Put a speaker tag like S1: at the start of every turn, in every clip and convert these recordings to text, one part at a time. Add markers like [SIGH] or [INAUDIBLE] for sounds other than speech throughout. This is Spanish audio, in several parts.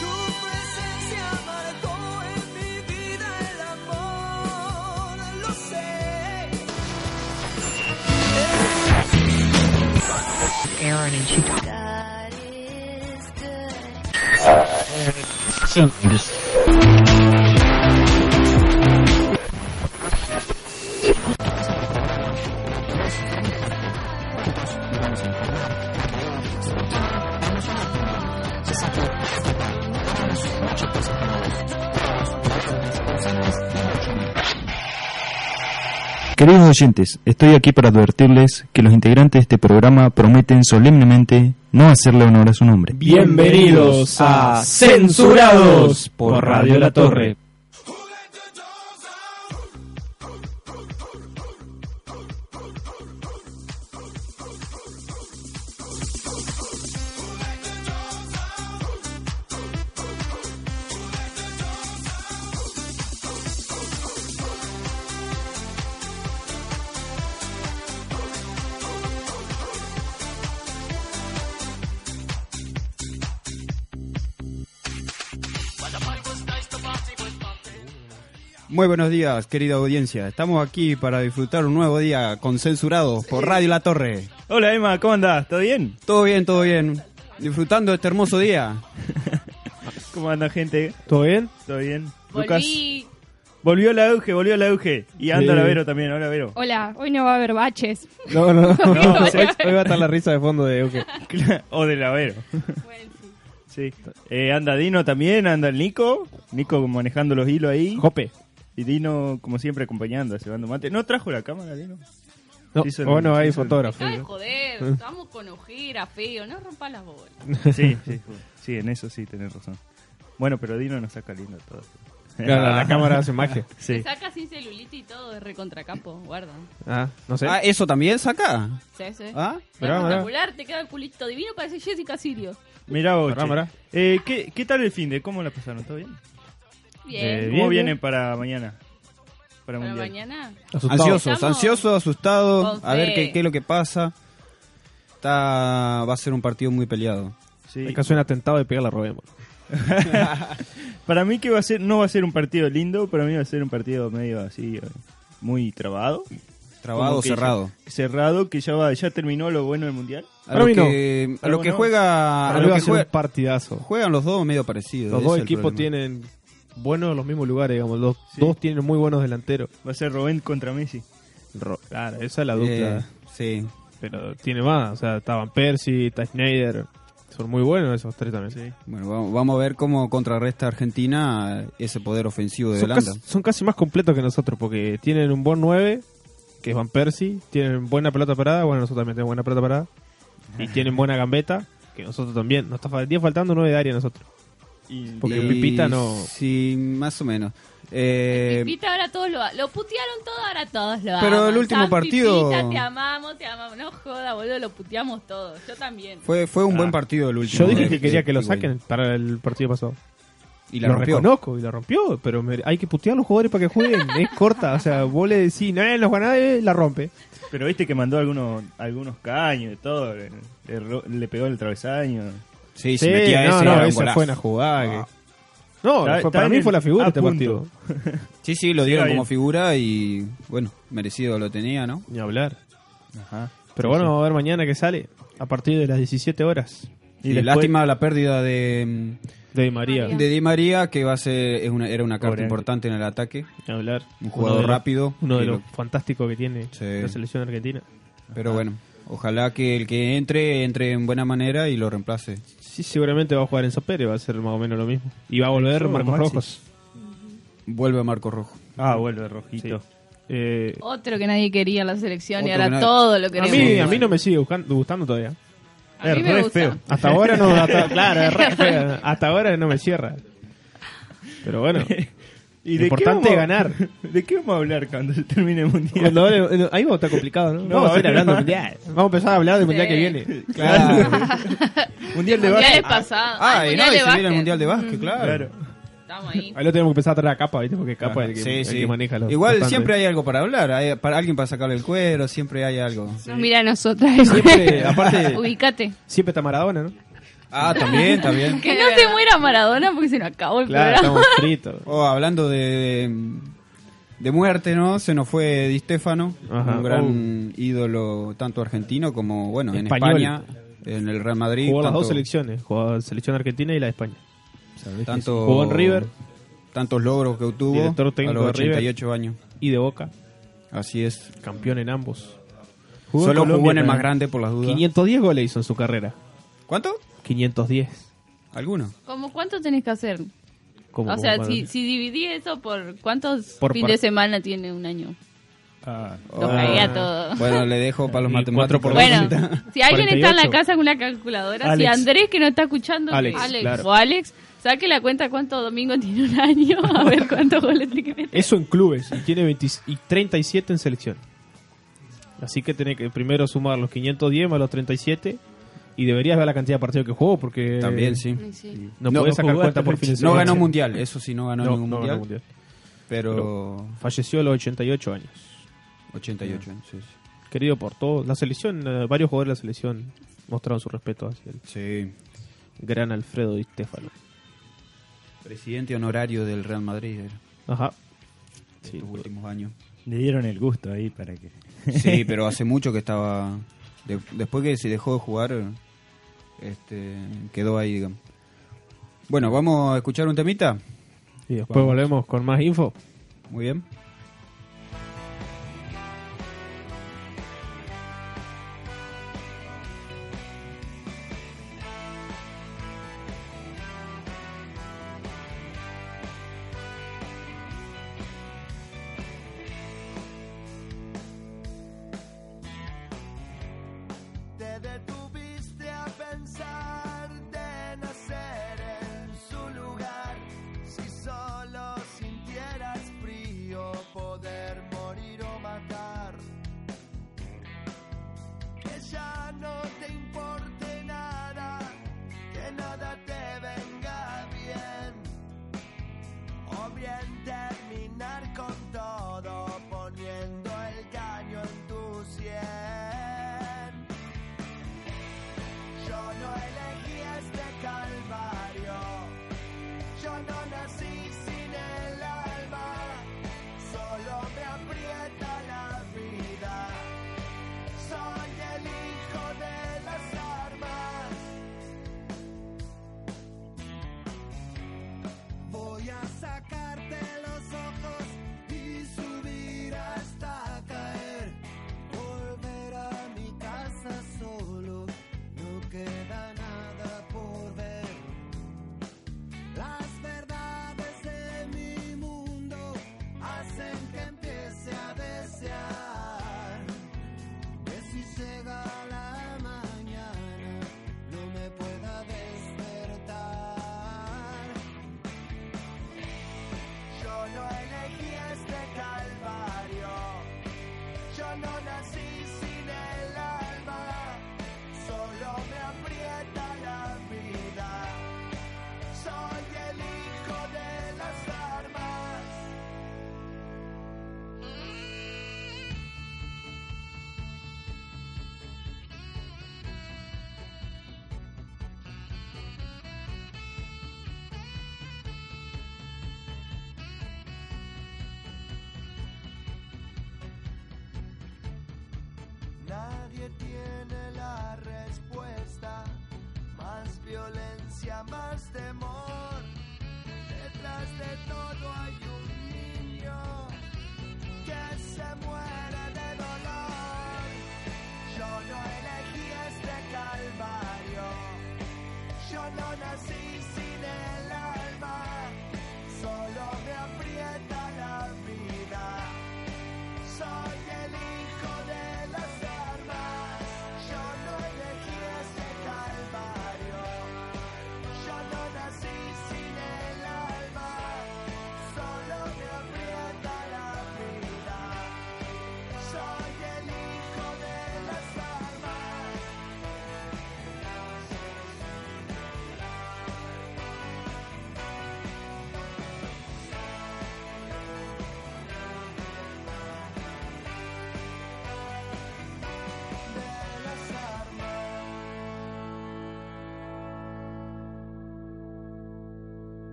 S1: Tu presencia marcó en mi vida el amor, lo sé.
S2: Aaron and she talked.
S1: God is good.
S3: [LAUGHS]
S4: So I'm just
S5: Queridos oyentes, estoy aquí para advertirles que los integrantes de este programa prometen solemnemente no hacerle honor a su nombre.
S6: Bienvenidos a Censurados por Radio La Torre.
S3: Muy buenos días, querida audiencia. Estamos aquí para disfrutar un nuevo día con Censurados por Radio La Torre.
S6: Hola Emma, ¿cómo andás? ¿Todo bien?
S3: Todo bien, todo bien. Disfrutando de este hermoso día.
S6: ¿Cómo anda gente?
S7: ¿Todo bien?
S6: ¿Todo bien? Lucas.
S8: Volví.
S6: Volvió la Euge, volvió la Euge. Y anda
S7: Sí.
S6: la Vero también, hola Vero.
S8: Hola, hoy no va a haber baches.
S7: No, no, no.
S6: No,
S7: hoy,
S6: sí.
S7: hoy pues, va a estar la risa de fondo de Euge.
S6: [LAUGHS] o de la Vero. Sí. Eh, anda Dino también, anda el Nico. Nico manejando los hilos ahí.
S7: Jope.
S6: Y Dino, como siempre, acompañando, llevando mate. ¿No trajo la cámara,
S7: [LAUGHS]
S6: Dino?
S7: No,
S6: Sí, son-
S7: bueno, hay
S6: sí, son-
S7: fotógrafo.
S8: Ay, joder,
S3: [LAUGHS]
S8: estamos con ojera, feo, no rompas las bolas.
S6: Sí, sí. Sí, en eso sí, tenés razón. Bueno, pero Dino nos saca lindo todo.
S7: Claro, [LAUGHS]
S6: [LAUGHS]
S7: la cámara hace magia.
S6: Sí.
S8: Saca sin celulita y todo de recontracapo, guarda.
S7: Ah, no sé.
S3: Ah, ¿eso también saca?
S8: Sí, sí.
S3: ¿Ah?
S7: mirá,
S8: Espectacular, te queda el culito divino, parece Jessica Sirio.
S6: Mirá vos,
S7: Pará,
S6: che.
S7: pará.
S6: Eh, ¿qué, ¿Qué tal el fin de? ¿Cómo la pasaron? ¿Todo bien?
S8: Bien.
S7: Eh,
S6: ¿Cómo
S7: bien,
S6: viene
S7: bien.
S6: para mañana?
S8: Para
S6: Para mundial.
S8: mañana.
S7: Asustado.
S3: Ansiosos,
S8: Estamos-
S3: ansiosos, asustados,
S8: Con
S3: a ver
S8: fe.
S3: qué, qué es lo que pasa. Está, va a ser un partido muy peleado.
S6: Sí.
S7: Acá suena atentado de pegar la robemos.
S6: Para mí que va a ser no va a ser un partido lindo, para mí va a ser un partido medio así eh, muy trabado,
S3: Trabado,
S6: Como que
S3: cerrado.
S6: ya- cerrado que ya va, ya terminó lo bueno del mundial.
S3: A
S7: Para
S3: lo
S7: mí no.
S3: que, a
S6: Para
S3: lo
S6: vos
S3: que
S6: no.
S3: juega, a
S7: Ahora
S3: Ah, lo
S7: va a
S3: que
S7: ser un
S3: juega-
S7: partidazo.
S3: juegan los dos medio parecidos.
S7: Los
S3: ese
S7: dos
S3: es el
S7: equipos
S3: problema.
S7: tienen buenos los mismos lugares, digamos. Los dos tienen muy buenos delanteros.
S6: Va a ser Robén contra Messi.
S7: Ro- Claro, esa es la dupla.
S3: Eh, sí.
S7: Pero tiene más. O sea, estaban Percy, está Schneider. Son muy buenos esos tres también.
S3: Bueno, vamos, vamos a ver cómo contrarresta Argentina ese poder ofensivo de
S7: Son
S3: Holanda.
S7: casi, son casi más completos que nosotros porque tienen un buen 9, que es Van Persie, tienen buena pelota parada, bueno, nosotros también tenemos buena pelota parada,
S3: Ah.
S7: y tienen buena gambeta, que nosotros también. Nos está fal- tiene faltando 9 de área a nosotros.
S6: Y
S7: Porque
S3: Y
S7: Pipita no.
S3: Sí, más o menos. Eh,
S8: Pipita ahora todos lo, lo putearon todo, ahora todos lo
S3: Pero
S8: aman.
S3: el último
S8: San
S3: partido-
S8: Pipita, te amamos, te amamos. No joda, boludo, lo puteamos todos. Yo también.
S3: fue, fue un
S6: Ah.
S3: buen partido el último.
S7: Yo dije que
S3: Eh,
S7: quería que lo
S3: igual.
S7: saquen para el partido pasado.
S3: Y la
S7: lo
S3: rompió.
S7: reconozco y lo rompió, pero me- hay que putear a los jugadores para que
S3: [LAUGHS]
S7: jueguen. es corta, o sea, vos le decís, no, no juega nadie, la rompe.
S6: Pero viste que mandó algunos algunos caños y todo, le, le ro- le pegó el travesaño.
S3: Sí, si metía
S7: no,
S3: ese,
S7: no,
S3: era un
S7: esa
S3: golazo. Ah.
S7: fue una jugada. que- No,
S6: Está-
S7: fue-
S6: está
S7: para mí
S6: en-
S7: fue la figura
S6: a
S7: de este
S6: punto.
S7: partido.
S3: Sí, sí, lo dieron
S6: Está
S3: como
S6: bien.
S3: figura y bueno, merecido lo tenía, ¿no?
S7: Ni hablar.
S6: Ajá.
S7: Pero bueno, vamos a ver mañana que sale, a partir de las 17 horas.
S3: Y,
S7: después-
S3: Eh, lástima la pérdida de,
S7: De Di María.
S8: María.
S3: de Di María, que va a ser es una, era una carta
S6: Pobre.
S3: importante en el ataque.
S7: Ni hablar.
S3: Un jugador
S7: Uno de los-
S3: rápido.
S7: Uno de
S3: Y
S7: los
S3: lo-
S7: fantásticos que tiene
S3: Sí.
S7: la selección argentina.
S3: Pero bueno, ojalá que el que entre, entre en buena manera y lo reemplace.
S7: Sí, seguramente va a jugar en Pérez, va a ser más o menos lo mismo. Y va a volver
S6: Yo,
S7: Marcos
S6: Maxi.
S7: Rojos.
S3: Vuelve Marco Rojo.
S6: Ah, vuelve rojito.
S7: Eh,
S8: Otro que nadie quería en la selección y
S3: Otro
S8: ahora
S3: que nadie-
S8: todo lo
S7: a,
S8: queremos.
S7: mí, a mí no me sigue buscan- gustando todavía.
S8: A mí me gusta.
S3: [LAUGHS]
S7: Hasta ahora no, hasta, claro, es re feo. Hasta ahora no me cierra.
S3: [LAUGHS]
S7: Pero bueno,
S6: ¿Y
S7: Lo
S6: qué
S7: importante
S6: vamos a-
S7: es
S6: [LAUGHS] ¿De qué vamos a hablar cuando se termine el mundial?
S7: cuando hable- eh, ahí va a estar complicado, ¿no?
S6: No,
S7: Vamos a seguir
S6: no.
S7: hablando del mundial. Vamos a empezar a hablar del mundial
S8: Sí.
S7: que viene.
S3: Claro.
S6: mundial de
S8: Mundiales
S6: básquet.
S8: pasados.
S3: Ah, y no,
S8: mundial
S3: y
S8: de
S3: se viene el
S8: básquet. Mm.
S3: mundial de básquet, claro.
S6: Claro.
S8: Estamos ahí.
S7: Ahí lo tenemos que empezar a traer a capa, ¿viste? Porque capa es Ah, pues, el que,
S3: Sí,
S7: el
S3: sí.
S7: que maneja los.
S3: Igual
S7: los
S3: siempre hay algo para hablar, hay para alguien para sacarle el cuero, siempre hay algo.
S2: Nos mira a nosotras.
S7: Siempre,
S8: [LAUGHS]
S7: aparte,
S8: Ubicate.
S7: siempre está Maradona, ¿no?
S3: Ah, también,
S8: [LAUGHS]
S3: también.
S8: Que no se muera Maradona porque se nos acabó el
S7: Claro,
S8: programa.
S7: estamos fritos.
S3: Oh, hablando de, de muerte, ¿no? Se nos fue Di Stefano,
S7: Ajá. Oh.
S3: un gran ídolo tanto argentino como, bueno, en
S7: Español.
S3: España, en el Real Madrid.
S7: Jugó las
S3: tanto-
S7: dos selecciones, jugó la selección argentina y la de España.
S3: tanto-
S7: Jugó en River
S3: Tantos logros que
S7: Director
S3: obtuvo a
S7: técnico
S3: los
S7: de River.
S3: 88 años.
S7: y de Boca,
S3: Así es.
S7: campeón en ambos. Jugó en
S3: Solo
S7: Colombia
S3: jugó en el
S7: también.
S3: más grande por las dudas.
S7: 510 goles hizo en su carrera.
S3: ¿Cuánto?
S7: 510.
S3: ¿Alguno?
S8: ¿Cómo cuánto tenés que hacer?
S7: Como-
S8: o
S7: como
S8: sea,
S7: Maradona.
S8: si, si dividí eso por cuántos
S7: Por
S8: fines
S7: par-
S8: de semana tiene un año. Lo
S3: Ah.
S8: cagué a todo.
S3: Bueno, le
S7: [LAUGHS]
S3: dejo para los
S7: Y cuatro
S3: matemáticos.
S7: por
S8: Bueno, si alguien está en la
S7: 48.
S8: casa con una calculadora, si
S7: Alex.
S8: Andrés que no está escuchando,
S7: Alex,
S8: que-
S7: claro.
S8: o Alex, saque la cuenta cuánto domingo tiene un año, [LAUGHS] a ver cuántos goles tiene que meter.
S7: Eso en clubes y tiene 20 y 37 en selección. Así que tenés que primero sumar los 510 más los 37 y deberías ver la cantidad de partidos que jugó porque
S3: [LAUGHS] También, sí.
S7: no,
S3: No,
S7: podés sacar
S6: jugó
S7: cuenta
S6: hasta
S7: por
S6: el
S7: fin de
S3: No
S7: semana.
S3: ganó mundial, eso sí, no ganó
S7: No,
S3: ningún
S7: no ganó
S3: mundial,
S7: mundial.
S3: Pero
S7: Falleció a los 88 años.
S3: 88
S7: Ah.
S3: años. sí, sí.
S7: Querido por todos, la selección, eh, varios jugadores de la selección mostraron su respeto hacia el
S3: Sí.
S7: gran Alfredo Di Stéfano.
S3: Presidente honorario del Real Madrid era,
S7: Ajá. Sí,
S3: estos últimos
S7: [LAUGHS]
S3: años.
S6: Le dieron el gusto ahí para que.
S3: Sí, pero hace mucho que estaba. de- después que se dejó de jugar, este, quedó ahí, digamos. Bueno, vamos a escuchar un temita.
S7: y después volvemos con más [LAUGHS] info.
S3: Muy bien.
S9: Te detuviste a pensar de nacer en su lugar. Si solo sintieras frío, poder morir o matar. Que ya no te importe nada, que nada te venga bien. O bien terminar con todo poniendo el caño en tu sien. Yo no elegí este calvario. Yo no nací sin el alma. Solo me aprieta la vida. Soy el hijo de las armas. Voy a sacarte los ojos y subir hasta caer. Volver a mi casa solo, no queda nada por ver. Las verdades de mi mundo hacen que empiece a desear. Que si llega la mañana, no me pueda despertar. Yo no elegí este calvario. Yo no nací sin el alma. Solo me aprieta la vida. Soy el hijo de las armas. Nadie tiene la respuesta. Más violencia, más temor. Detrás de todo hay un niño que se muere de dolor. Yo no elegí este calvario. Yo no nací sin el alma. Solo me aprieta la vida.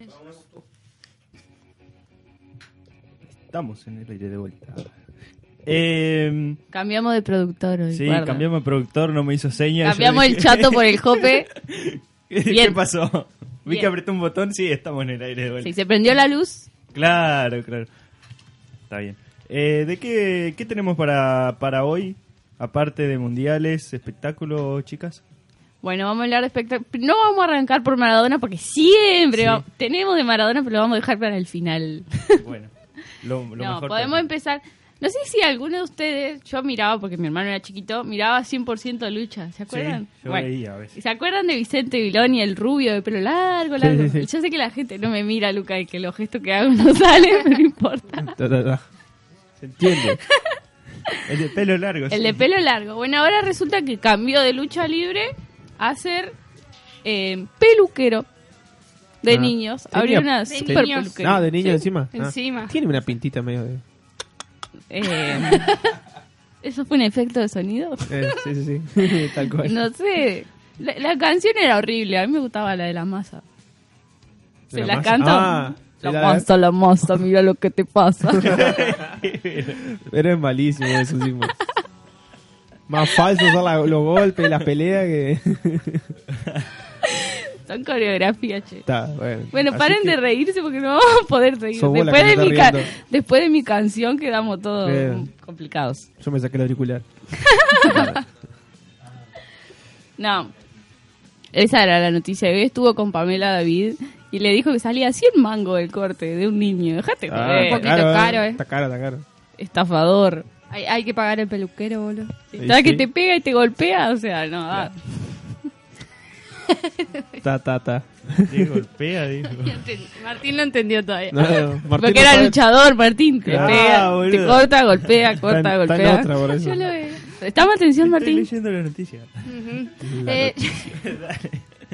S8: en sus-
S6: Estamos en el aire de vuelta. Eh,
S8: Cambiamos de productor hoy.
S6: sí,
S8: guarda.
S6: cambiamos de productor, no me hizo señas.
S8: Cambiamos el chato por
S7: [LAUGHS]
S8: el jope.
S6: [LAUGHS] ¿Qué
S8: Bien.
S6: pasó? Vi que
S8: Bien.
S6: apretó un botón, sí, estamos en el aire de vuelta.
S8: Sí, se prendió la luz.
S6: Claro, claro. Está bien. Eh, ¿De qué, qué tenemos para, para hoy? Aparte de mundiales, espectáculos, chicas.
S8: Bueno, vamos a hablar de espectáculo. No vamos a arrancar por Maradona porque siempre
S6: Sí.
S8: va- tenemos de Maradona, pero lo vamos a dejar para el final.
S6: Bueno, lo,
S8: [LAUGHS]
S6: lo
S8: no,
S6: mejor.
S8: podemos empezar. No sé si alguno de ustedes, yo miraba porque mi hermano era chiquito, miraba 100% lucha, ¿se acuerdan?
S6: yo veía a veces.
S8: ¿Se acuerdan de Vicente Viloni, el rubio de pelo largo, largo?
S7: sí, sí.
S8: Y Yo sé que la gente no me mira, Luca, y que los gestos que hago no [LAUGHS] salen, pero no importa.
S7: Ta, ta, ta.
S8: [LAUGHS]
S6: ¿Se entiende? el de pelo largo.
S8: El de pelo largo. Bueno, ahora resulta que cambió de lucha libre a ser eh, peluquero de
S7: Ah.
S8: niños.
S7: Tenía-
S8: Abrió una
S2: De
S8: super
S2: niños.
S8: peluquería.
S7: Ah, de niño encima. Ah.
S2: Encima.
S7: Tiene una pintita medio de.
S8: Eh, [LAUGHS] ¿Eso fue un efecto de sonido?
S7: Eh, sí, sí, [LAUGHS] sí. Tal cual.
S8: No sé. La, la canción era horrible. A mí me gustaba la de la masa. ¿Se
S7: ¿La
S8: la,
S7: masa?
S8: canta?
S7: Ah,
S8: la
S7: la-
S8: masa, la masa, mira lo que te pasa.
S7: Pero es malísimo eso, sí. mo. Más falsos son la- los golpes, las peleas que.
S8: [LAUGHS]
S7: [LAUGHS]
S8: Son coreografías, che.
S7: Está, bueno.
S8: Bueno,
S7: Así
S8: paren
S7: que-
S8: de reírse porque no vamos a poder seguir.
S7: Sos vos la
S8: Después
S7: que
S8: de,
S7: te
S8: mi
S7: estás
S8: ca-
S7: riendo.
S8: después de mi canción quedamos todos
S7: Bien.
S8: complicados.
S7: Yo me saqué el auricular.
S8: No. Esa era la noticia. Hoy estuvo con Pamela David y le dijo que salía 100 mango el corte de un niño. Dejate joder.
S7: Ah, está
S2: poquito caro, eh.
S7: Está caro, está caro.
S8: Estafador.
S2: Hay, hay que pagar el peluquero, boludo.
S8: Está
S7: sí.
S8: que te pega y te golpea, o sea, no. ah.
S7: Ta, ta, ta.
S6: Diego,
S8: [LAUGHS]
S6: golpea, digo.
S8: Martín lo entendió todavía.
S7: [LAUGHS] No, no, Martín
S8: Porque
S7: no
S8: era
S7: sabe.
S8: luchador, Martín. Te
S6: Claro,
S8: pega,
S6: Ah, boludo.
S8: te corta, golpea, corta,
S7: Está en- está en
S8: golpea.
S7: otra, por eso.
S2: Yo lo veo.
S8: Prestame atención,
S6: Estoy
S8: Martín.
S6: leyendo la noticia.
S2: Eh,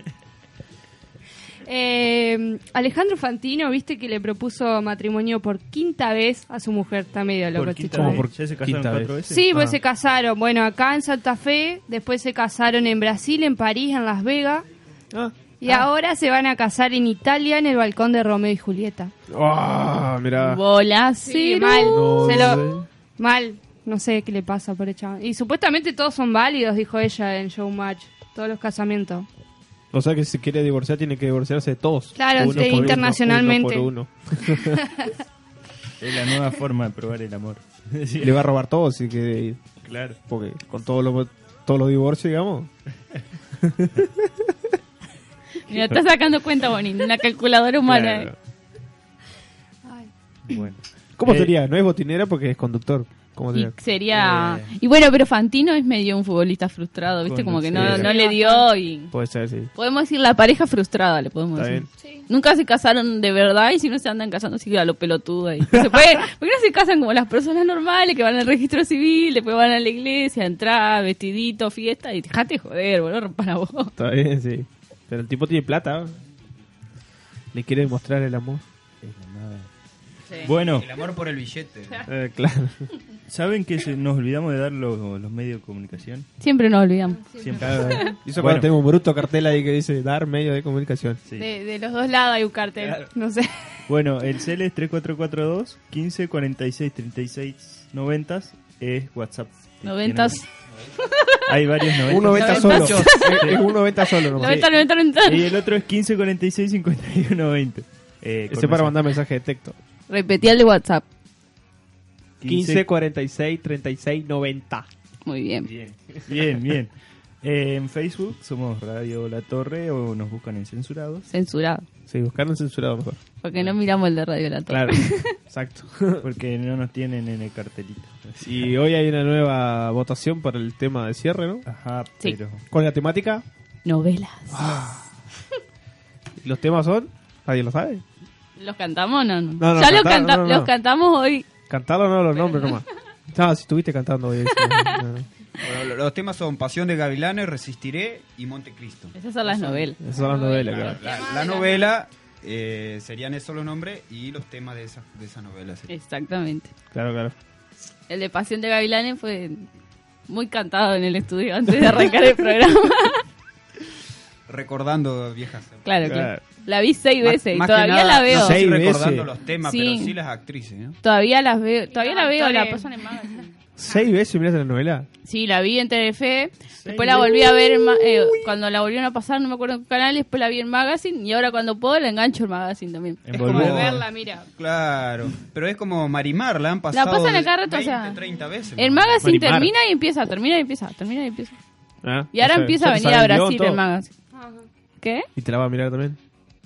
S2: [LAUGHS] eh, Alejandro Fantino, viste que le propuso matrimonio por quinta vez a su mujer. Está medio loco
S6: Por
S2: este
S6: quinta
S2: chaval.
S7: vez.
S6: por ¿Ya se casaron
S7: Quinta
S6: cuatro
S7: vez.
S6: veces?
S2: Sí, pues
S7: Ah.
S2: se casaron. Bueno, acá en Santa Fe, después se casaron en Brasil, en París, en Las Vegas.
S7: Ah.
S2: Y ahora se van a casar en Italia, en el balcón de Romeo y Julieta.
S7: Ah, mirá.
S8: Bola
S2: Sí,
S8: cero.
S2: mal.
S7: No,
S2: Se
S7: no
S2: lo- Mal. No sé qué le pasa por el chaval. Y supuestamente todos son válidos, dijo ella en Showmatch. Todos los casamientos.
S7: O sea que si quiere divorciar, tiene que divorciarse de todos.
S2: Claro, sí,
S7: por
S2: internacionalmente.
S7: uno por uno.
S6: Es la nueva forma de probar el amor.
S7: Le va a robar todo si quiere ir.
S6: Claro.
S7: Porque con todos los, todos los divorcios, digamos.
S8: Mira, está sacando cuenta, Bonín. Una calculadora humana.
S6: Claro.
S8: eh.
S6: Bueno.
S7: ¿Cómo
S6: Eh,
S7: sería? No es botinera porque es conductor. ¿Cómo sería?
S8: Y sería. Y bueno, pero Fantino es medio un futbolista frustrado, ¿viste?
S6: Con-
S8: Como que no,
S7: Eh. sí.
S8: no le dio y.
S7: Puede ser, sí.
S8: Podemos decir la pareja frustrada, le podemos
S7: Está
S8: decir.
S7: bien.
S8: Nunca se casaron de verdad y si no se andan casando, sí que a lo pelotudo ahí. Se
S7: [LAUGHS]
S8: puede, ¿Por qué no se casan como las personas normales que van al registro civil, después van a la iglesia, entrar, vestidito, fiesta y dejate joder, boludo, para vos?
S7: Está bien, sí. Pero el tipo tiene plata. ¿eh? Le quiere demostrar el amor.
S6: Bueno,
S3: El amor por el billete.
S7: Eh, claro.
S6: ¿saben que se- nos olvidamos de dar los, los medios de comunicación?
S8: Siempre nos olvidamos.
S6: Siempre.
S7: Y eso
S6: Bueno.
S7: cuando tengo un [LAUGHS] bruto cartel ahí que dice dar medio de comunicación.
S6: Sí.
S2: De, de los dos lados hay un cartel. No sé.
S6: Bueno, el CEL es 3442 15 46 36 90 es WhatsApp.
S8: Noventas. [LAUGHS]
S6: Hay varios 90.
S7: Un 90 solo.
S8: Noventas.
S7: es es un 90 solo nomás.
S8: Noventa, noventa, noventa.
S6: Y el otro es 15 46 51 20. Eh,
S7: Ese para mandar mensaje de texto.
S8: Repetí el de WhatsApp.
S7: 15 46 36 90.
S8: Muy bien.
S6: Bien, bien, bien. Eh, en Facebook somos Radio La Torre o nos buscan en Censurados.
S8: Censurado.
S7: Sí, buscaron censurado mejor.
S8: Porque no miramos el de Radio La Torre.
S7: [LAUGHS] Exacto.
S6: Porque no nos tienen en el cartelito.
S7: Y hoy hay una nueva votación para el tema de cierre, ¿no?
S6: Ajá,
S8: Sí.
S6: pero.
S7: Con la temática,
S8: Novelas.
S7: los temas son, nadie lo sabe.
S8: ¿Los cantamos o no? no?
S7: No, no,
S8: ya los,
S7: cantaron,
S8: canta-
S7: no, no.
S8: los cantamos hoy.
S7: Cantarlo no los nombres nomás. No, si estuviste cantando hoy. eso, no, no.
S3: Bueno, lo- los temas son Pasión de Gavilanes, Resistiré y Montecristo.
S8: Esas son las novelas.
S7: Esas son las novelas, claro.
S3: La, la novela eh, serían esos los nombres y los temas de esa, de esa novela. sería.
S8: Exactamente.
S7: Claro, claro.
S8: El de Pasión de Gavilanes
S7: [LAUGHS]
S8: fue muy cantado en el estudio antes de arrancar el programa.
S3: recordando viejas.
S8: Claro,
S7: Claro.
S8: claro. La vi seis veces y
S3: Más que
S8: todavía
S3: nada,
S8: la
S3: no
S8: veo.
S3: sé si
S7: Seis
S3: recordando
S7: veces.
S3: los temas,
S8: Sí.
S3: pero sí las actrices. ¿no?
S8: Todavía las veo. Todavía la veo la
S2: actores.
S8: persona animada.
S7: ¿Seis veces miras la novela?
S8: Sí, la vi en Telefe. Después la volví a ver en ma- eh, cuando la volvieron a pasar, no me acuerdo en qué canal. Después la vi en Magazine y ahora cuando puedo la engancho en Magazine también.
S7: Eh,
S3: Es
S2: Como
S3: como-
S2: verla, mira.
S3: Claro, pero es como Marimar, la han pasado
S8: pasan a cada rato, o
S3: 20,
S8: sea,
S3: 30 veces.
S8: El Magazine
S7: Marimar.
S8: termina y empieza, termina y empieza, termina y empieza.
S7: Ah,
S8: Y ahora
S7: o sea,
S8: empieza
S7: ya
S8: a
S7: te
S8: venir a
S7: sabe el
S8: Brasil
S7: guión,
S8: el
S7: todo.
S8: Magazine. ¿Qué?
S7: Y te la va a mirar también.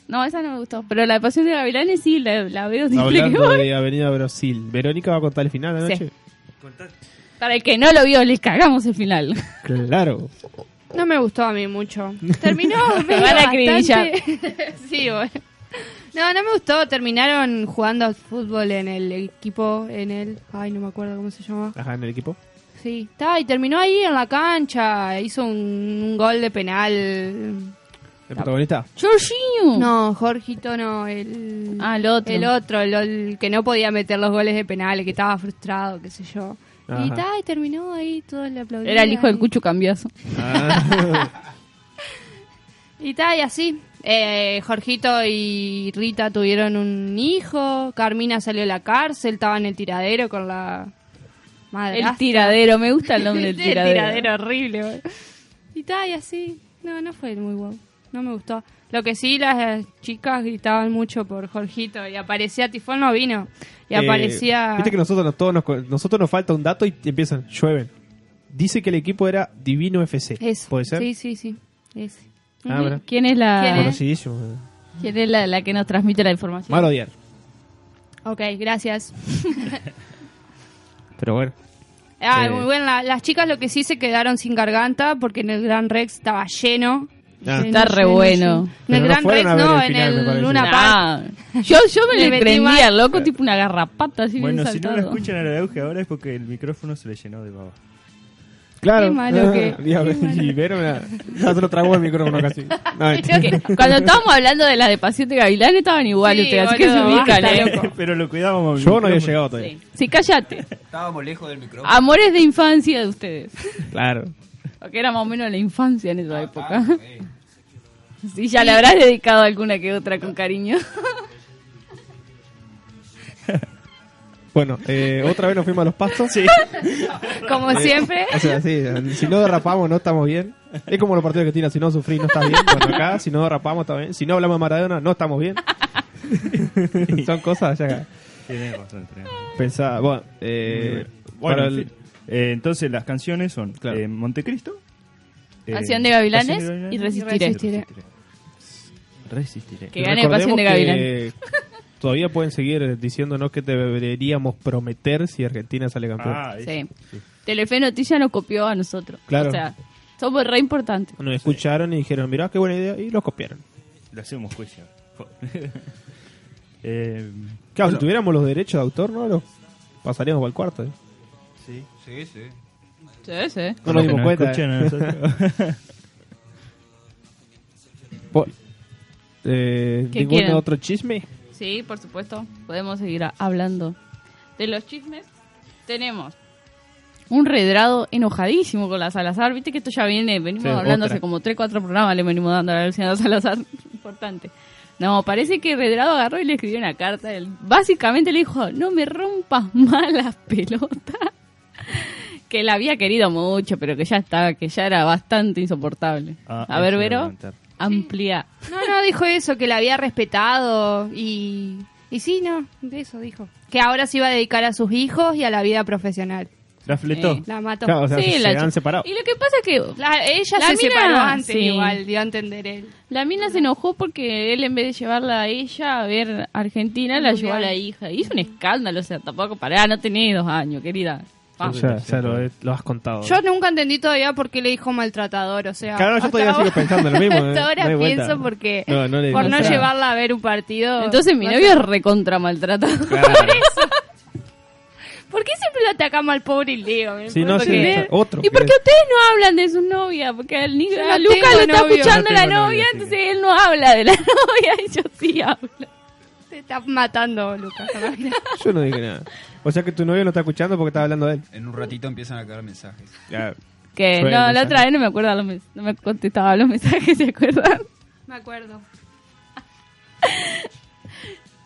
S8: No, esa no me gustó. Pero la de Pasión de Gavilanes sí, la, la veo siempre que
S7: Hablando
S8: voy.
S7: de Avenida Brasil. ¿Verónica va a contar el final de la
S8: Sí.
S7: noche?
S8: Para el que no lo vio, les cagamos el final.
S7: Claro.
S2: No me gustó a mí mucho. [LAUGHS] Terminó medio
S8: van a
S2: bastante...
S8: acribillar.
S2: [LAUGHS] Sí, bueno. No, no me gustó. Terminaron jugando al fútbol en el equipo, en el... Ay, no me acuerdo cómo se llama.
S7: Ajá, en el equipo.
S2: Sí, está, y terminó ahí en la cancha. Hizo un, un gol de penal.
S7: El protagonista.
S8: [LAUGHS] ¡Jorginho!
S2: No, Jorgito no, el...
S8: Mm. Ah, el otro.
S2: El otro, el, el que no podía meter los goles de penal, que estaba frustrado, qué sé yo. Y
S7: Ajá.
S2: ta, y terminó ahí, todos le aplaudían.
S8: Era el hijo del Cucho Cambiazo.
S2: Y ta, y así. Eh, Jorgito y Rita tuvieron un hijo, Carmina salió de la cárcel, estaba en el tiradero con la madre.
S8: El tiradero, me gusta el nombre [LAUGHS] del tiradero.
S2: Este horrible. boludo. Y ta, y así. No, no fue muy guau. No me gustó. Lo que sí, las eh, chicas gritaban mucho por Jorgito. Y aparecía Tifón, no vino. Y
S7: Eh,
S2: aparecía...
S7: Viste que nosotros, nos- todos nos, co- nosotros nos falta un dato y empiezan, llueven. Dice que el equipo era Divino FC.
S2: Eso.
S7: ¿Puede ser?
S2: Sí, sí, sí. Ese.
S7: Ah, mira.
S8: ¿Quién es la,
S2: ¿Quién es?
S7: Conocidísimo.
S8: ¿Quién es la, la que nos transmite la información?
S7: Mal odiar.
S2: Ok, gracias.
S7: Pero bueno.
S2: Ah,
S7: Eh.
S2: muy bueno. La- las chicas lo que sí se quedaron sin garganta porque en el Gran Rex estaba lleno.
S7: Ah.
S2: Lleno,
S8: Está re
S2: lleno,
S8: bueno.
S2: lleno. En
S7: Pero
S2: el
S7: no
S2: Gran
S7: fueron
S2: Rex
S7: a ver
S2: no,
S7: el
S2: en
S7: final, me
S2: el
S7: parece.
S2: Luna
S8: Nah.
S2: Park.
S8: Yo, yo me
S2: [LAUGHS] Le
S8: le,
S2: metí
S8: prendía,
S2: mal.
S8: loco, tipo una garrapata así
S6: Bueno,
S8: bien
S6: si no
S8: saltado.
S6: lo escuchan a la auge ahora es porque el micrófono se le llenó de baba.
S7: Claro.
S2: Qué malo
S7: [LAUGHS]
S2: que-
S7: Y a ver, y vieron, ah, [LAUGHS] ya se lo tragó el
S2: [LAUGHS]
S7: micrófono casi. No, mentira.
S8: Creo que cuando estábamos hablando de las de Paciente Gavilán estaban igual
S2: Sí,
S8: ustedes, así que se
S2: boludo,
S8: ubican,
S2: basta,
S8: eh.
S2: loco.
S6: [LAUGHS] Pero lo cuidábamos.
S7: Yo no había llegado todavía.
S8: Sí. sí, cállate.
S3: Estábamos lejos del micrófono.
S8: Amores de infancia de ustedes.
S7: Claro.
S8: Porque era más o menos la infancia en esa época.
S3: Eh,
S8: Sí, ya le habrás dedicado alguna que otra con [LAUGHS] cariño.
S7: Bueno, eh, otra vez nos fuimos a los pastos. [LAUGHS] Sí.
S2: Como siempre.
S7: O sea, sí, si no derrapamos no estamos bien. Es como los partidos de Argentina, si no sufrís no estás bien. Cuando acá, si no derrapamos está bien. Si no hablamos de Maradona, no estamos [LAUGHS] bien. Son cosas ya que
S6: Tenés razón, tenés razón.
S7: pensaba, bueno, eh,
S6: Bueno,
S7: para
S6: en
S7: el-
S6: fin. Eh, entonces las canciones son
S7: Claro.
S6: eh, Montecristo. eh,
S8: Pasión de Gavilanes
S6: Pasión de
S2: Y
S8: y Resistiré.
S2: Resistiré.
S6: Resistiré.
S8: Que gane
S7: recordemos
S8: Pasión de Gavilán.
S7: que Todavía pueden seguir diciéndonos que deberíamos prometer si Argentina sale campeón.
S6: Ah, ahí
S8: Sí. Telefe Noticias nos copió a nosotros.
S7: Claro.
S8: O sea, somos re importantes.
S7: Nos escucharon y dijeron, mirá qué buena idea, y lo copiaron.
S6: le hacemos juicio. [LAUGHS] eh,
S7: Claro, si tuviéramos los derechos de autor, no los pasaríamos al cuarto. ¿eh?
S6: sí.
S3: sí, sí.
S8: Sí, sí.
S7: No nos dimos cuenta.
S6: escuchan
S7: ¿eh? [LAUGHS]
S6: a nosotros.
S7: Po- eh,
S8: ¿Qué
S7: ¿ningún
S8: quieren?
S7: otro chisme?
S8: Sí, por supuesto. Podemos seguir a- hablando de los chismes. Tenemos un redrado enojadísimo con la Salazar. Viste que esto ya viene, venimos
S7: Sí,
S8: hablando
S7: otra.
S8: hace como 3, 4 programas, le venimos dando a la señora Salazar. [LAUGHS] Importante. No, parece que Redrado agarró y le escribió una carta. Él básicamente le dijo, no me rompas [LAUGHS] más las pelotas. [LAUGHS] que la había querido mucho, pero que ya estaba, que ya era bastante insoportable.
S6: Ah,
S8: a ver,
S6: eso iba a
S8: Vero,
S6: preguntar.
S8: amplía.
S2: No, no, dijo eso, que la había respetado y... Y sí, no, de eso dijo. Que ahora se iba a dedicar a sus hijos y a la vida profesional.
S6: La fletó.
S8: Sí.
S2: La mató.
S7: Claro, o sea, se,
S8: Eh, la
S7: han
S8: chi-
S7: separado.
S8: Y lo que pasa es que
S2: La- ella
S8: La
S2: se
S8: mina,
S2: separó antes
S8: sí.
S2: igual, dio a entender él.
S8: La mina se enojó porque él en vez de llevarla a ella a ver Argentina, la llevó a la hija. Hizo un escándalo, o sea, tampoco pará, no tenés dos años, querida.
S7: Ya,
S8: Ah,
S7: ya lo, he- lo has contado.
S2: Yo nunca entendí todavía por qué le dijo maltratador, o sea...
S7: Claro, yo
S2: hasta
S7: todavía
S2: ahora-
S7: sigo pensando lo
S2: [LAUGHS]
S7: mismo, eh.
S2: hasta ahora
S7: No hay vuelta.
S2: pienso porque...
S7: No, no le-
S2: por
S7: no
S2: no
S7: está.
S2: llevarla a ver un partido...
S8: Entonces mi
S2: no
S8: novio
S2: sé.
S8: es recontra maltratado.
S7: Claro.
S2: ¿Por qué siempre lo atacamos al pobre Leo? Me
S7: Sí, no,
S2: importa
S7: sí,
S2: que-
S7: está- otro.
S8: ¿Y por qué
S7: querés.
S8: ustedes no hablan de sus novias? Porque al ni-
S2: Yo
S8: a
S2: no
S8: Lucas
S2: tengo
S8: lo está
S2: novio.
S8: escuchando
S6: No
S8: la
S6: tengo novio,
S8: novia,
S6: sí.
S8: entonces él no habla de la [LAUGHS] novia y yo sí hablo.
S2: Te está matando, Lucas.
S7: Yo no dije nada. O sea que tu novio no está escuchando porque estaba hablando de él.
S8: [LAUGHS]
S3: En un ratito empiezan a caer mensajes.
S7: Claro.
S8: Que
S7: Suele
S8: no, la
S7: pasar.
S8: otra vez no me acuerdo los mes- no me contestaba los mensajes, ¿se acuerdan?
S2: [LAUGHS] Me acuerdo.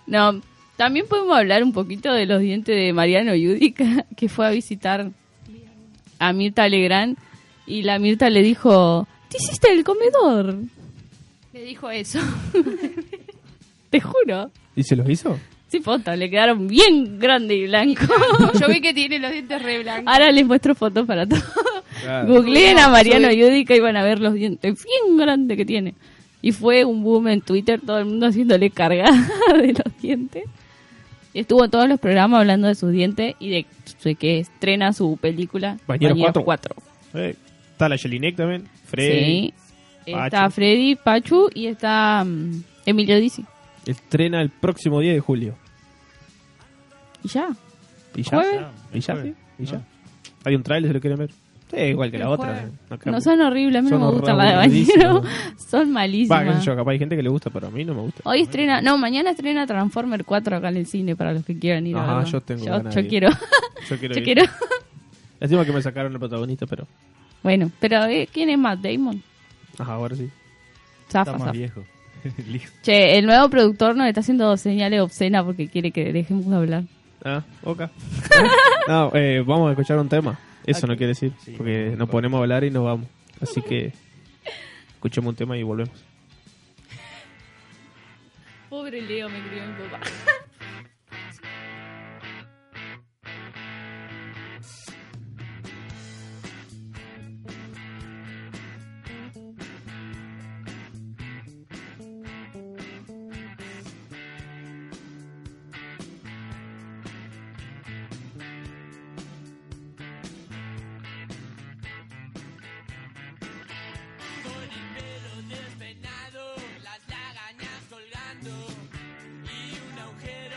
S8: No, también podemos hablar un poquito de los dientes de Mariano Yudica, [LAUGHS] que fue a visitar a Mirta Legrand y la Mirta le dijo, te hiciste el comedor,
S2: Le dijo eso. [LAUGHS]
S8: te juro.
S7: ¿Y se los hizo?
S8: Sí, posta, le quedaron bien grande y blanco. [LAUGHS]
S2: Yo vi que tiene los dientes re blancos.
S8: Ahora les muestro fotos para todos.
S7: Claro.
S8: Googleen a Mariano
S2: Soy-
S8: Yudica y van a ver los dientes bien grandes que tiene. Y fue un boom en Twitter, todo el mundo haciéndole cargada [LAUGHS] de los dientes. Y estuvo en todos los programas hablando de sus dientes y de, de que estrena su película
S7: Bañeros
S8: Bañeros
S7: cuatro.
S8: cuatro.
S7: Eh, está la Jelinek también. Freddy.
S8: Sí. Está
S7: Pachu.
S8: Freddy, Pachu y está mm, Emilio Dizzi.
S7: Estrena el próximo 10 de julio.
S8: Y ya.
S7: ¿Y ya?
S8: Jueves.
S7: ¿Y ya? sí, ¿Y ya? Hay un trailer si lo quieren ver. Sí, igual que la
S2: El
S7: otra.
S2: jueves.
S7: creo.
S8: No son horribles, a mí no
S7: Son
S8: me gustan las de
S7: aburridísimas.
S8: Bañeros. [LAUGHS] Son
S7: Va, qué sé
S8: malísimas.
S7: yo, capaz hay gente que le gusta, pero a mí no me gusta.
S8: Hoy estrena, no, mañana estrena Transformer 4 acá en el cine para los que quieran ir
S7: Ajá,
S8: a verlo.
S7: yo tengo
S8: yo,
S7: ganas
S8: yo
S7: de ir.
S8: quiero.
S7: [LAUGHS] Yo quiero
S8: yo
S7: ir.
S8: quiero. [LAUGHS]
S7: Lástima que me sacaron el protagonista, pero.
S8: Bueno, pero eh, ¿quién es Matt Damon?
S7: Ajá, ahora sí.
S8: Zafa,
S6: Está más
S8: zafa.
S6: viejo. Listo.
S8: Che, el nuevo productor nos está haciendo señales obscenas porque quiere que dejemos de hablar.
S7: Ah, ok.
S8: [LAUGHS]
S7: no, eh, vamos a escuchar un tema. Eso no quiere decir, porque nos ponemos a hablar y nos vamos. Así que escuchemos un tema y volvemos.
S8: Pobre Leo, me crió mi papá.
S1: Las lagañas colgando y un agujero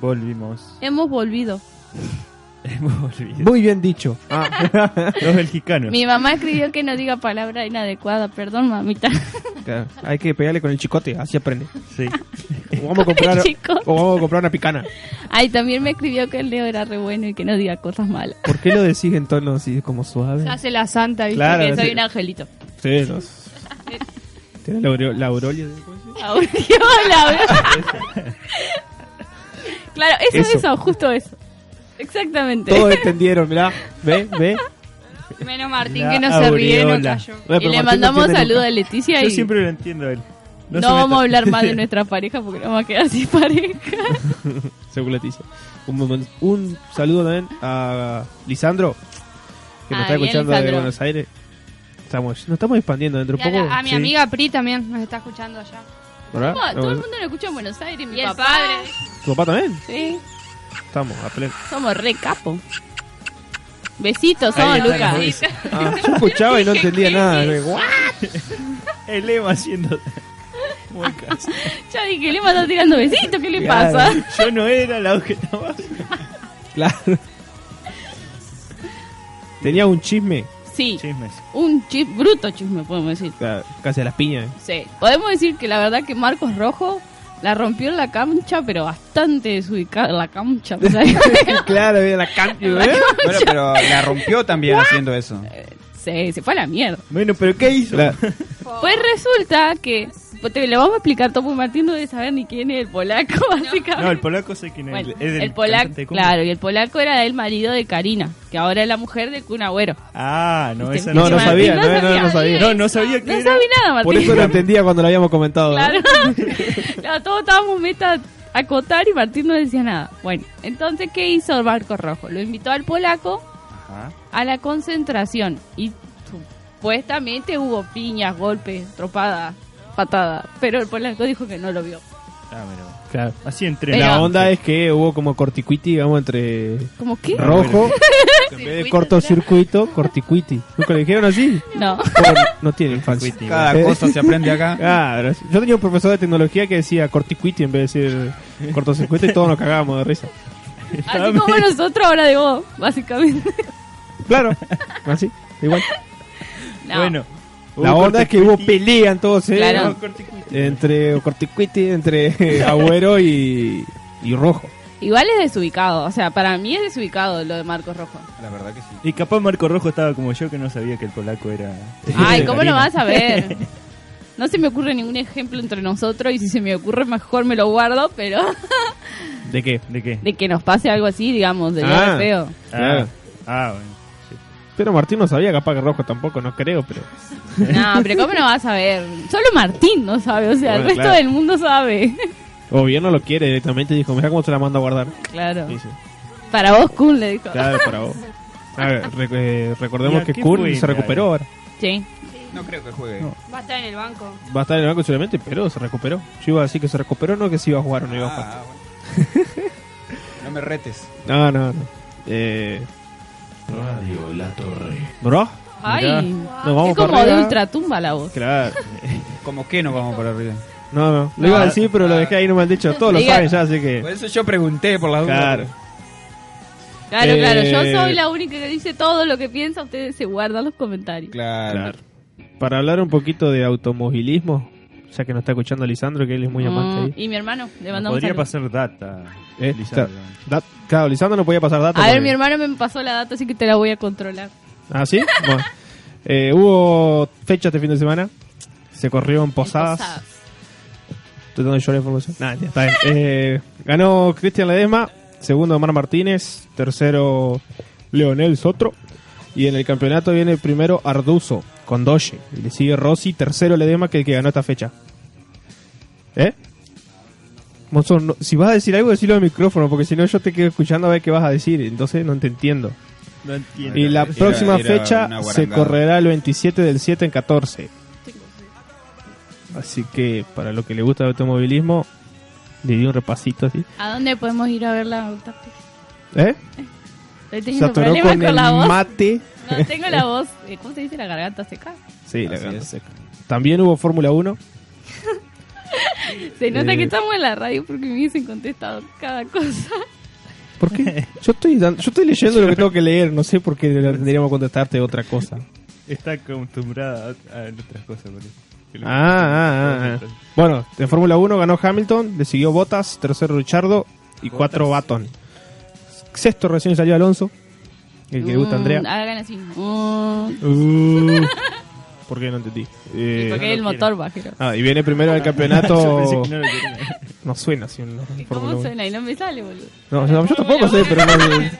S6: Volvimos.
S8: [LAUGHS] Hemos volvido.
S6: Hemos volvido.
S7: Muy bien dicho.
S6: Los belgicanos.
S8: Mi mamá escribió que no diga palabra inadecuada. Perdón, mamita. [LAUGHS]
S7: Claro, Hay que pegarle con el chicote, así aprende.
S6: Sí.
S7: O vamos a
S8: [LAUGHS]
S7: comprar,
S8: el chicote.
S7: o vamos a comprar una picana.
S8: Ay, también me escribió que el Leo era re bueno y que no diga cosas malas.
S7: ¿Por qué lo decís en tono así como suave?
S2: Se hace la santa, ¿viste?
S7: Claro,
S8: que soy
S7: sí.
S8: un angelito.
S7: Sí,
S8: [LAUGHS]
S7: no. Tiene la, aureo- la aureola de- ¿cómo
S8: [LAUGHS]
S7: se
S8: Aureola. claro, eso,
S7: Eso.
S8: eso, justo eso. Exactamente.
S7: dice? Todos entendieron, mirá. Ve, ve.
S2: Menos Martín
S6: La
S2: que no se ríe, no
S6: aureola.
S2: cayó.
S7: Ve, pero
S8: y le
S7: Martín no
S8: mandamos
S7: entiende
S8: saludos
S7: nunca.
S8: a Leticia
S6: Yo
S8: y
S6: siempre lo entiendo a él.
S8: no,
S6: se
S8: vamos
S6: meta.
S8: a hablar más de nuestra pareja porque nos vamos a quedar sin pareja.
S7: Según Leticia. Un, momen- un saludo también a Lisandro, que nos
S8: Ah,
S7: está
S8: bien,
S7: escuchando de
S8: Lisandro.
S7: Buenos Aires. Estamos, nos estamos expandiendo dentro
S2: Y
S7: de
S2: a,
S7: un
S2: la-
S7: poco.
S2: a mi
S7: sí,
S2: amiga Pri también nos está escuchando allá.
S7: ¿verdad?
S8: No, todo el
S7: Ah, Bueno,
S8: mundo lo escucha en Buenos Aires. Mi
S2: Y el
S8: papá.
S2: padre.
S7: ¿Tu papá también?
S8: Sí,
S7: Estamos, a pleno.
S8: somos re capo. Besitos, somos
S7: Ahí está,
S8: Lucas.
S7: ahí está. Ah, [LAUGHS] yo escuchaba y no entendía nada. Guau.
S6: El Ema haciendo. Muy caro.
S8: Yo dije, le está tirando besitos, ¿qué le
S7: Claro.
S8: pasa?
S6: Yo no era la voz que estaba.
S7: Claro. Tenía un chisme,
S8: Sí,
S6: Chismes.
S8: un chis bruto chisme, podemos decir.
S7: ca- casi a las piñas.
S8: Sí, podemos decir que la verdad que Marcos Rojo la rompió en la cancha, pero bastante desubicada en la cancha. o sea,
S7: claro, de la cancha.
S8: ¿Eh?
S3: Bueno, pero la rompió también haciendo eso.
S8: se, se fue a la mierda.
S6: Bueno, pero ¿qué hizo?
S7: [LAUGHS]
S8: Pues resulta que pues, te lo vamos a explicar todo porque Martín no debe saber ni quién es el polaco, básicamente.
S6: No, el polaco sé quién es.
S8: Bueno,
S6: es del
S8: el polaco,
S6: cantante de cumbia.
S8: claro, y el polaco era el marido de Karina, que ahora es la mujer de Kun Agüero.
S6: Ah, no,
S8: Este,
S6: esa
S7: No, no
S8: Martín
S7: sabía, no, no, no sabía.
S6: No, no sabía que
S8: No
S6: era.
S8: sabía nada, Martín.
S7: Por eso lo entendía cuando lo habíamos comentado. ¿no?
S8: Claro. Claro, todos estábamos meta a acotar y Martín no decía nada. Bueno, entonces, ¿qué hizo Marco Rojo? Lo invitó al polaco a la concentración y supuestamente hubo piñas, golpes, tropadas, patadas, pero el polaco dijo que no lo vio.
S6: Ah, bueno.
S7: Claro.
S6: Así entre
S8: Pero-
S7: La onda es que hubo como corticuiti, digamos, entre
S8: ¿Cómo qué?
S7: rojo, en vez de cortocircuito, corticuiti. ¿Nunca le dijeron así? [LAUGHS]
S8: No.
S7: Por- no tiene infancia.
S3: Cada cosa se aprende
S7: [LAUGHS]
S3: acá.
S7: Claro, yo tenía un profesor de tecnología que decía corticuiti en vez de decir cortocircuito y todos nos cagábamos de risa.
S8: Así como nosotros ahora de vos, básicamente. [LAUGHS]
S7: Claro, así, igual.
S8: No.
S6: Bueno.
S7: La
S6: Hubo
S7: onda es que hubo
S6: corticuiti.
S7: pelea entonces
S8: Claro.
S6: No, corticuiti.
S7: entre corticuiti, entre [LAUGHS] agüero y, y rojo.
S8: Igual es desubicado, o sea, para mí es desubicado lo de Marcos Rojo.
S3: La verdad que sí.
S6: Y capaz Marco Rojo estaba como yo que no sabía que el polaco era.
S8: Ay, ¿cómo
S6: Karina.
S8: lo vas a ver?
S7: [LAUGHS]
S8: No se me ocurre ningún ejemplo entre nosotros y si se me ocurre mejor me lo guardo, pero [LAUGHS]
S7: ¿De qué?
S6: ¿De qué?
S8: de que nos pase algo así, digamos, de
S7: Ah.
S8: ah. feo.
S6: Ah,
S7: Claro.
S6: ah, bueno.
S7: Pero Martín no sabía, capaz que rojo tampoco, no creo, pero...
S8: No, pero ¿cómo no vas a ver? Solo Martín no sabe, o sea, el
S7: Bueno,
S8: resto
S7: claro.
S8: del mundo
S7: [LAUGHS]
S8: sabe.
S7: O bien no lo quiere directamente, dijo, mira cómo se la mando a guardar.
S8: Claro.
S7: Dice,
S8: Para vos, Kun, le dijo.
S7: claro, para
S8: [LAUGHS]
S7: vos. A ver, rec- eh,
S6: ¿Y
S7: recordemos
S6: a
S7: que
S6: qué
S7: Kun
S6: fue,
S7: se recuperó ahora.
S8: Sí.
S3: No creo que juegue.
S2: Va a estar en el banco.
S7: Va a estar en el banco solamente, pero se recuperó. Yo iba a decir que se recuperó, no que si iba a jugar o no iba a jugar.
S3: Ah, bueno. No me retes.
S7: No, no, no. Eh... Radio La Torre. ¿Bro? mirá,
S8: Ay,
S7: nos vamos
S8: es como
S7: para
S8: de
S7: arriba.
S8: ultratumba la voz.
S7: Claro.
S3: ¿Cómo que nos vamos para arriba?
S7: No, no. Lo iba a decir, pero lo dejé ahí, no me han dicho. Todos lo
S8: Ah. Diga-
S7: saben ya, así que...
S3: Por eso yo pregunté por las dudas.
S7: Claro.
S8: Claro,
S7: Eh.
S8: claro, yo soy la única que dice todo lo que piensa, ustedes se guardan los comentarios.
S3: Claro.
S7: Claro. Para hablar un poquito de automovilismo, ya que nos está escuchando Lisandro, que él es muy amante.
S8: Mm, y mi hermano, le
S6: Nos
S8: mandamos
S6: Podría
S8: saludos.
S6: pasar data.
S7: ahí. Eh,
S6: Lisandro.
S7: está- da- claro, Lisandro no podía pasar datos.
S8: A ver,
S7: porque-
S8: mi hermano me pasó la data, así que te la voy a controlar.
S7: ¿Ah, sí? Bueno. Eh, hubo fecha este fin de semana. Se corrió en Posadas. Estoy dando yo la información. Nah, ya [LAUGHS] está bien. Eh, ganó Cristian Ledesma, segundo Omar Martínez, tercero Leonel Sotro. Y en el campeonato viene primero Arduzo con 12. Y le sigue Rossi, tercero Ledesma, que el que ganó esta fecha. ¿Eh? Monzón, no- si vas a decir algo, decilo al micrófono, porque si no yo te quedo escuchando a ver qué vas a decir, entonces no te entiendo.
S6: No entiendo.
S7: Y la
S3: Era-
S7: próxima
S3: era una
S7: fecha se
S3: guarangada.
S7: correrá el 27 del 7 en 14. Así que para lo que le gusta el automovilismo, le di un repasito así.
S8: ¿A dónde podemos ir a ver la data?
S7: ¿Eh?
S8: Estoy
S7: Se
S8: teniendo
S7: atoró
S8: problemas
S7: con
S8: con,
S7: el
S8: la voz.
S7: mate.
S8: No tengo
S7: [LAUGHS]
S8: la voz. eh, ¿Cómo se dice la garganta seca?
S7: Sí, la
S3: Así
S7: gana
S3: es.
S7: seca. También hubo Fórmula 1.
S8: Se nota
S7: Eh.
S8: que estamos en la radio porque me hubiesen contestado cada cosa.
S7: ¿Por qué?
S3: [LAUGHS]
S7: Yo estoy, dan- yo estoy leyendo lo que tengo que leer, no sé por qué le- tendríamos que contestarte otra cosa.
S6: Está acostumbrada a, a otras cosas, parece. Que
S7: Ah,
S6: lo-
S7: ah, ah, ah. Bueno, en Fórmula 1 ganó Hamilton, le siguió Bottas, tercero Richardo y cuatro Baton. Sexto recién salió Alonso, el que le gusta a Andrea.
S8: Mm, Hagan así. Mm.
S7: Uh, ¿Por qué no entendí? Eh,
S8: porque el motor bajero.
S7: Ah, y viene primero el
S6: [LAUGHS] Yo
S7: campeonato.
S6: pensé que no lo quería.
S7: No suena así en la Fórmula
S8: ¿Cómo
S7: 1.
S8: suena? Y no me sale, boludo.
S7: No, no, yo tampoco sé, pero no-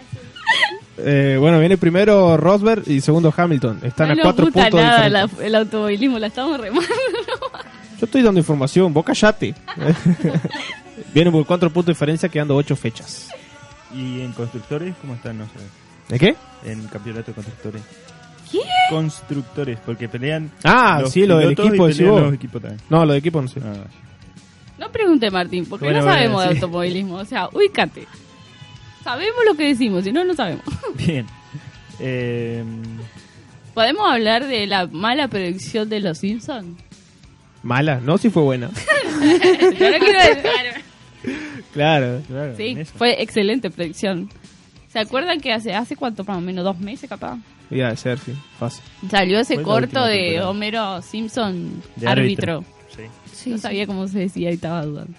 S7: Eh, bueno, viene primero Rosberg y segundo Hamilton. Están
S8: no
S7: a
S8: nos
S7: cuatro
S8: gusta
S7: puntos de
S8: nada
S7: diferencia.
S8: la- el automovilismo, la estamos remando.
S7: Yo estoy dando información, vos
S6: [LAUGHS]
S7: callate. Vienen por cuatro puntos de diferencia, quedando ocho fechas.
S6: ¿Y en constructores cómo están? No sé.
S7: ¿De qué?
S6: En campeonato de constructores. Constructores, porque pelean.
S7: Ah,
S6: los
S7: sí, lo del
S6: pilotos y
S7: equipo, decís
S6: pelean
S7: vos.
S6: los equipos también.
S7: No, lo de equipo no sé.
S6: Ah.
S8: [LAUGHS] No pregunte, Martín, porque
S7: Bueno,
S8: no
S7: bueno,
S8: sabemos de
S7: sí.
S8: automovilismo. O sea, ubícate. Sabemos lo que decimos, si no, no sabemos. [LAUGHS]
S6: Bien. Eh,
S8: ¿Podemos hablar de la mala predicción de los
S7: [LAUGHS]
S8: Simpsons?
S7: Mala, no, si fue
S6: [LAUGHS]
S7: buena.
S8: Yo no quiero decir-
S7: claro.
S6: claro,
S8: Sí,
S6: en eso.
S8: fue excelente predicción. ¿se acuerdan que hace, hace cuánto, más o menos dos meses capaz?
S7: Mira, ser, sí, fácil.
S8: Salió ese
S6: Fue la
S8: corto
S6: última
S8: de
S6: temporada.
S8: Homero Simpson,
S6: De
S8: árbitro.
S6: árbitro. Sí.
S8: no sabía cómo se decía y estaba dudando.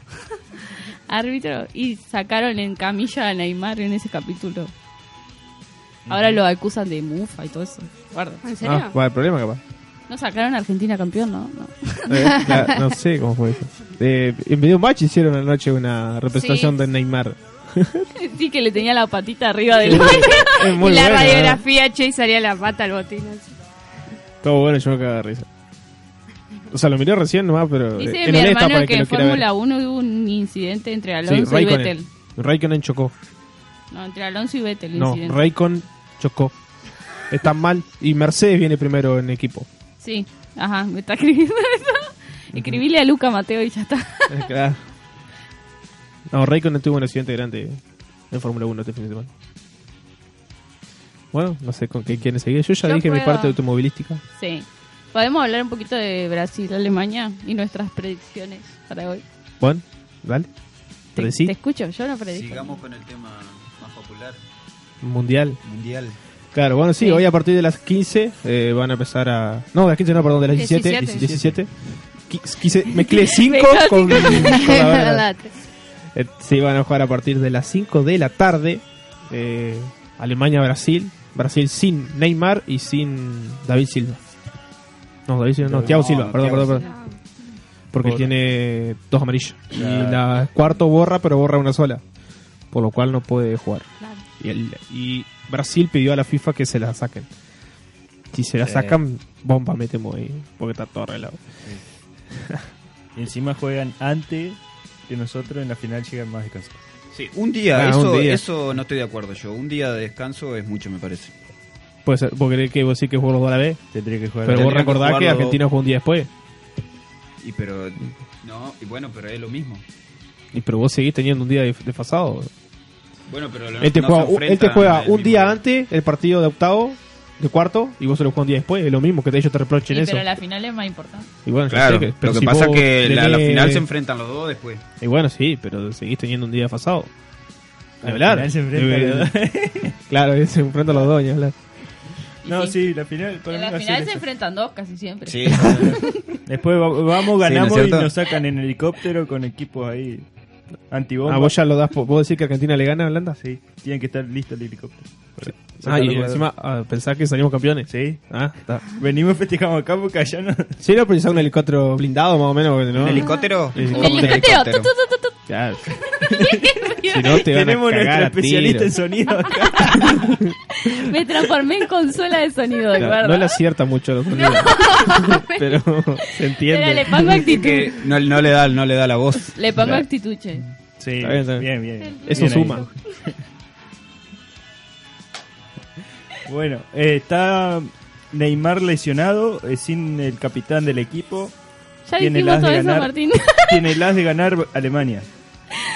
S8: [LAUGHS] árbitro. Y sacaron en camilla a Neymar en ese capítulo. Ahora lo acusan de mufa y todo eso. Guarda.
S2: ¿En serio?
S7: Ah, ¿cuál es el
S8: [LAUGHS]
S7: problema capaz?
S8: No sacaron a Argentina campeón, ¿no? No.
S7: Eh, claro, no sé cómo fue eso. Eh, en Video Match hicieron anoche una representación
S2: Sí.
S7: de Neymar.
S8: [LAUGHS] sí, que le tenía la patita arriba del
S7: [LAUGHS]
S8: baño. [LAUGHS]
S7: Es
S2: y la
S7: bueno,
S2: radiografía, che, y salía la pata al botín. así.
S7: ¿eh? Todo bueno, yo me cago de risa. O sea, lo miré recién nomás, pero. eh,
S8: Dice
S7: en
S8: mi
S7: honesta para
S8: hermano
S7: el
S8: que en
S7: lo quiera ver.
S8: Fórmula 1 hubo un incidente entre
S7: Sí,
S8: Alonso y Vettel.
S7: Raikkonen. Raikkonen chocó.
S8: No, entre Alonso y Vettel el
S7: No,
S8: incidente.
S7: Raycon chocó. Están mal. Y Mercedes viene primero
S8: [LAUGHS]
S7: en equipo.
S8: Sí, ajá, me está escribiendo [LAUGHS] eso. Escribile a Luca Mateo y ya está. [LAUGHS]
S7: Eh, claro. No, Raycon tuvo un accidente grande en Fórmula 1 este fin de semana. Bueno, no sé con qué quieren seguir. Yo ya
S8: Yo
S7: dije mi
S8: puedo.
S7: parte automovilística.
S8: Sí. Podemos hablar un poquito de Brasil, Alemania y nuestras predicciones para hoy.
S7: Bueno, dale.
S8: Te,
S7: Predecí.
S8: te escucho, yo no predico.
S3: Sigamos con el tema más popular,
S7: Mundial.
S3: mundial.
S7: Claro, bueno, sí,
S8: Sí.
S7: hoy a partir de las 15 eh, van a empezar a. No, de las 15 no, perdón, de las 17. 17.
S2: 17.
S7: Qui- 15, mezclé 5
S8: Mezcló
S7: con,
S8: cinco.
S7: con la verdad.
S2: La-
S7: Eh, Se van a jugar a partir de las 5 de la tarde. eh, Alemania-Brasil. Brasil sin Neymar y sin David Silva. No, David Silva, no, Thiago
S3: no,
S7: Silva, perdón,
S3: Thiago
S7: perdón, perdón. Porque
S6: Borra.
S7: tiene dos amarillos. Y
S3: Claro.
S7: la cuarto borra, pero borra una sola. Por lo cual no puede jugar. Y, el- y Brasil pidió a la FIFA que se la saquen. Si se la
S6: Sí.
S7: sacan, bomba, metemos ahí. Porque está todo arreglado.
S6: Y encima juegan antes que nosotros, en la final llegan más descansados.
S3: Sí, un día,
S7: Ah,
S3: eso,
S7: un día.
S3: eso no estoy de acuerdo yo. Un día de descanso es mucho, me parece.
S7: Puede ser, porque que vos sí que jugó los dos a la vez.
S6: Tendría que jugar
S7: Pero vos
S3: Tendría que
S7: recordás que
S3: jugarlo-
S7: Argentina jugó un día después.
S3: Y pero, no, y bueno, pero es lo mismo.
S7: Y pero vos seguís teniendo un día def- desfasado.
S3: Bueno, pero lo-
S7: él te
S3: no
S7: juega,
S3: se
S7: un- él te
S3: enfrentan
S7: juega
S3: al
S7: un
S3: mismo
S7: día
S3: nivel.
S7: antes el partido de octavo, de cuarto, y vos se lo juegas un día después. Es lo mismo que te, ellos te reprochen
S8: Y,
S7: eso.
S8: pero la final es más importante.
S7: Y bueno, yo
S3: Claro,
S7: sé pero
S3: lo que
S7: si
S3: pasa es
S7: vos
S3: que la, la
S7: tenés-
S3: final se enfrentan los dos después.
S7: Y bueno, sí, pero seguís teniendo un día desfasado. Ni
S6: Al
S7: hablar.
S6: final se enfrentan
S7: Eh, [LAUGHS] Claro, se enfrentan los dos, ni hablar.
S8: Y
S6: No,
S8: sí.
S6: sí, la final. Para
S8: En
S6: mí
S8: la
S6: va a
S8: final
S6: ser
S8: se
S6: eso.
S8: enfrentan dos casi siempre.
S3: Sí,
S6: Después va- vamos,
S3: ¿no es
S6: ganamos y
S3: cierto?
S6: nos sacan en helicóptero con equipos ahí antibomba.
S7: Ah, vos ya lo das. por- ¿Vos decís que Argentina le gana a Holanda?
S6: Sí, tienen que estar listo el helicóptero.
S7: Ah, y encima ah, pensás que salimos campeones.
S6: Sí.
S7: Ah, está.
S6: Venimos festejamos acá porque allá no.
S7: Sí, no, pero ya un helicóptero blindado más o menos, ¿no?
S3: ¿Un helicóptero?
S7: Sí, sí.
S8: Un
S7: ¿Cómo que
S8: helicóptero. tu, tu, tu, tu, tu.
S7: [LAUGHS] Claro. si no, te van
S6: Tenemos
S7: a cagar
S6: nuestro
S7: a
S6: especialista en
S7: tiros.
S6: sonido acá.
S8: Me transformé en consola de sonido, de
S7: No,
S8: verdad.
S7: no le acierta mucho a los sonidos.
S8: [LAUGHS]
S7: pero se entiende.
S8: Pero le
S7: [LAUGHS]
S8: pongo actitud.
S3: que no, no le da, no le da la voz.
S8: Le pongo actitud, che.
S6: Sí,
S7: [LAUGHS] Está bien, está bien.
S6: bien, bien, bien.
S7: Eso
S6: Bien ahí.
S7: suma.
S6: Bueno, eh, está Neymar lesionado, eh, sin el capitán del equipo.
S8: Ya
S6: Tiene
S8: dijimos
S6: las de
S8: todo eso,
S6: ganar.
S8: Martín.
S6: [LAUGHS] Tiene el as de ganar Alemania.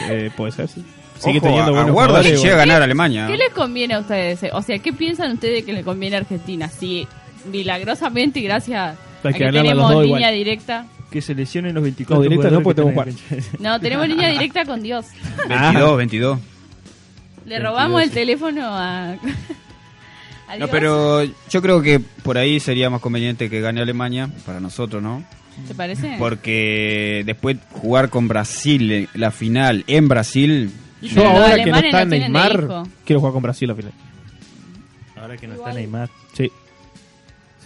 S7: Eh, puede ser, sí. Sigue
S3: Ojo,
S7: teniendo
S3: a-
S7: buenos
S3: aguarda si
S7: jugadores. ¿eh?
S3: llega a ganar Alemania.
S7: Ah.
S8: ¿Qué les conviene a ustedes? O sea, ¿qué piensan ustedes que le conviene a Argentina? Si milagrosamente y gracias
S7: Hay
S8: a
S7: que
S8: que
S7: ganarle a los
S8: tenemos
S7: dos
S8: línea
S7: igual.
S8: directa,
S6: que se lesionen los 24
S7: No, directa no,
S6: jugadores que
S7: porque
S6: están en la cancha.
S8: No, tenemos línea directa con Dios.
S3: 22, 22.
S8: Le robamos el teléfono a. [LAUGHS] a
S3: No,
S8: Dios.
S3: pero yo creo que por ahí sería más conveniente que gane Alemania, para nosotros, ¿no?
S8: ¿Te parece?
S3: Porque después jugar con Brasil, eh, la final en Brasil,
S8: Y
S7: Yo
S8: pero los
S7: ahora que no
S8: alemanes
S7: está
S8: tienen de hijo.
S7: Neymar, quiero jugar con Brasil al final.
S6: [LAUGHS] Ahora que no está Neymar.
S7: Sí,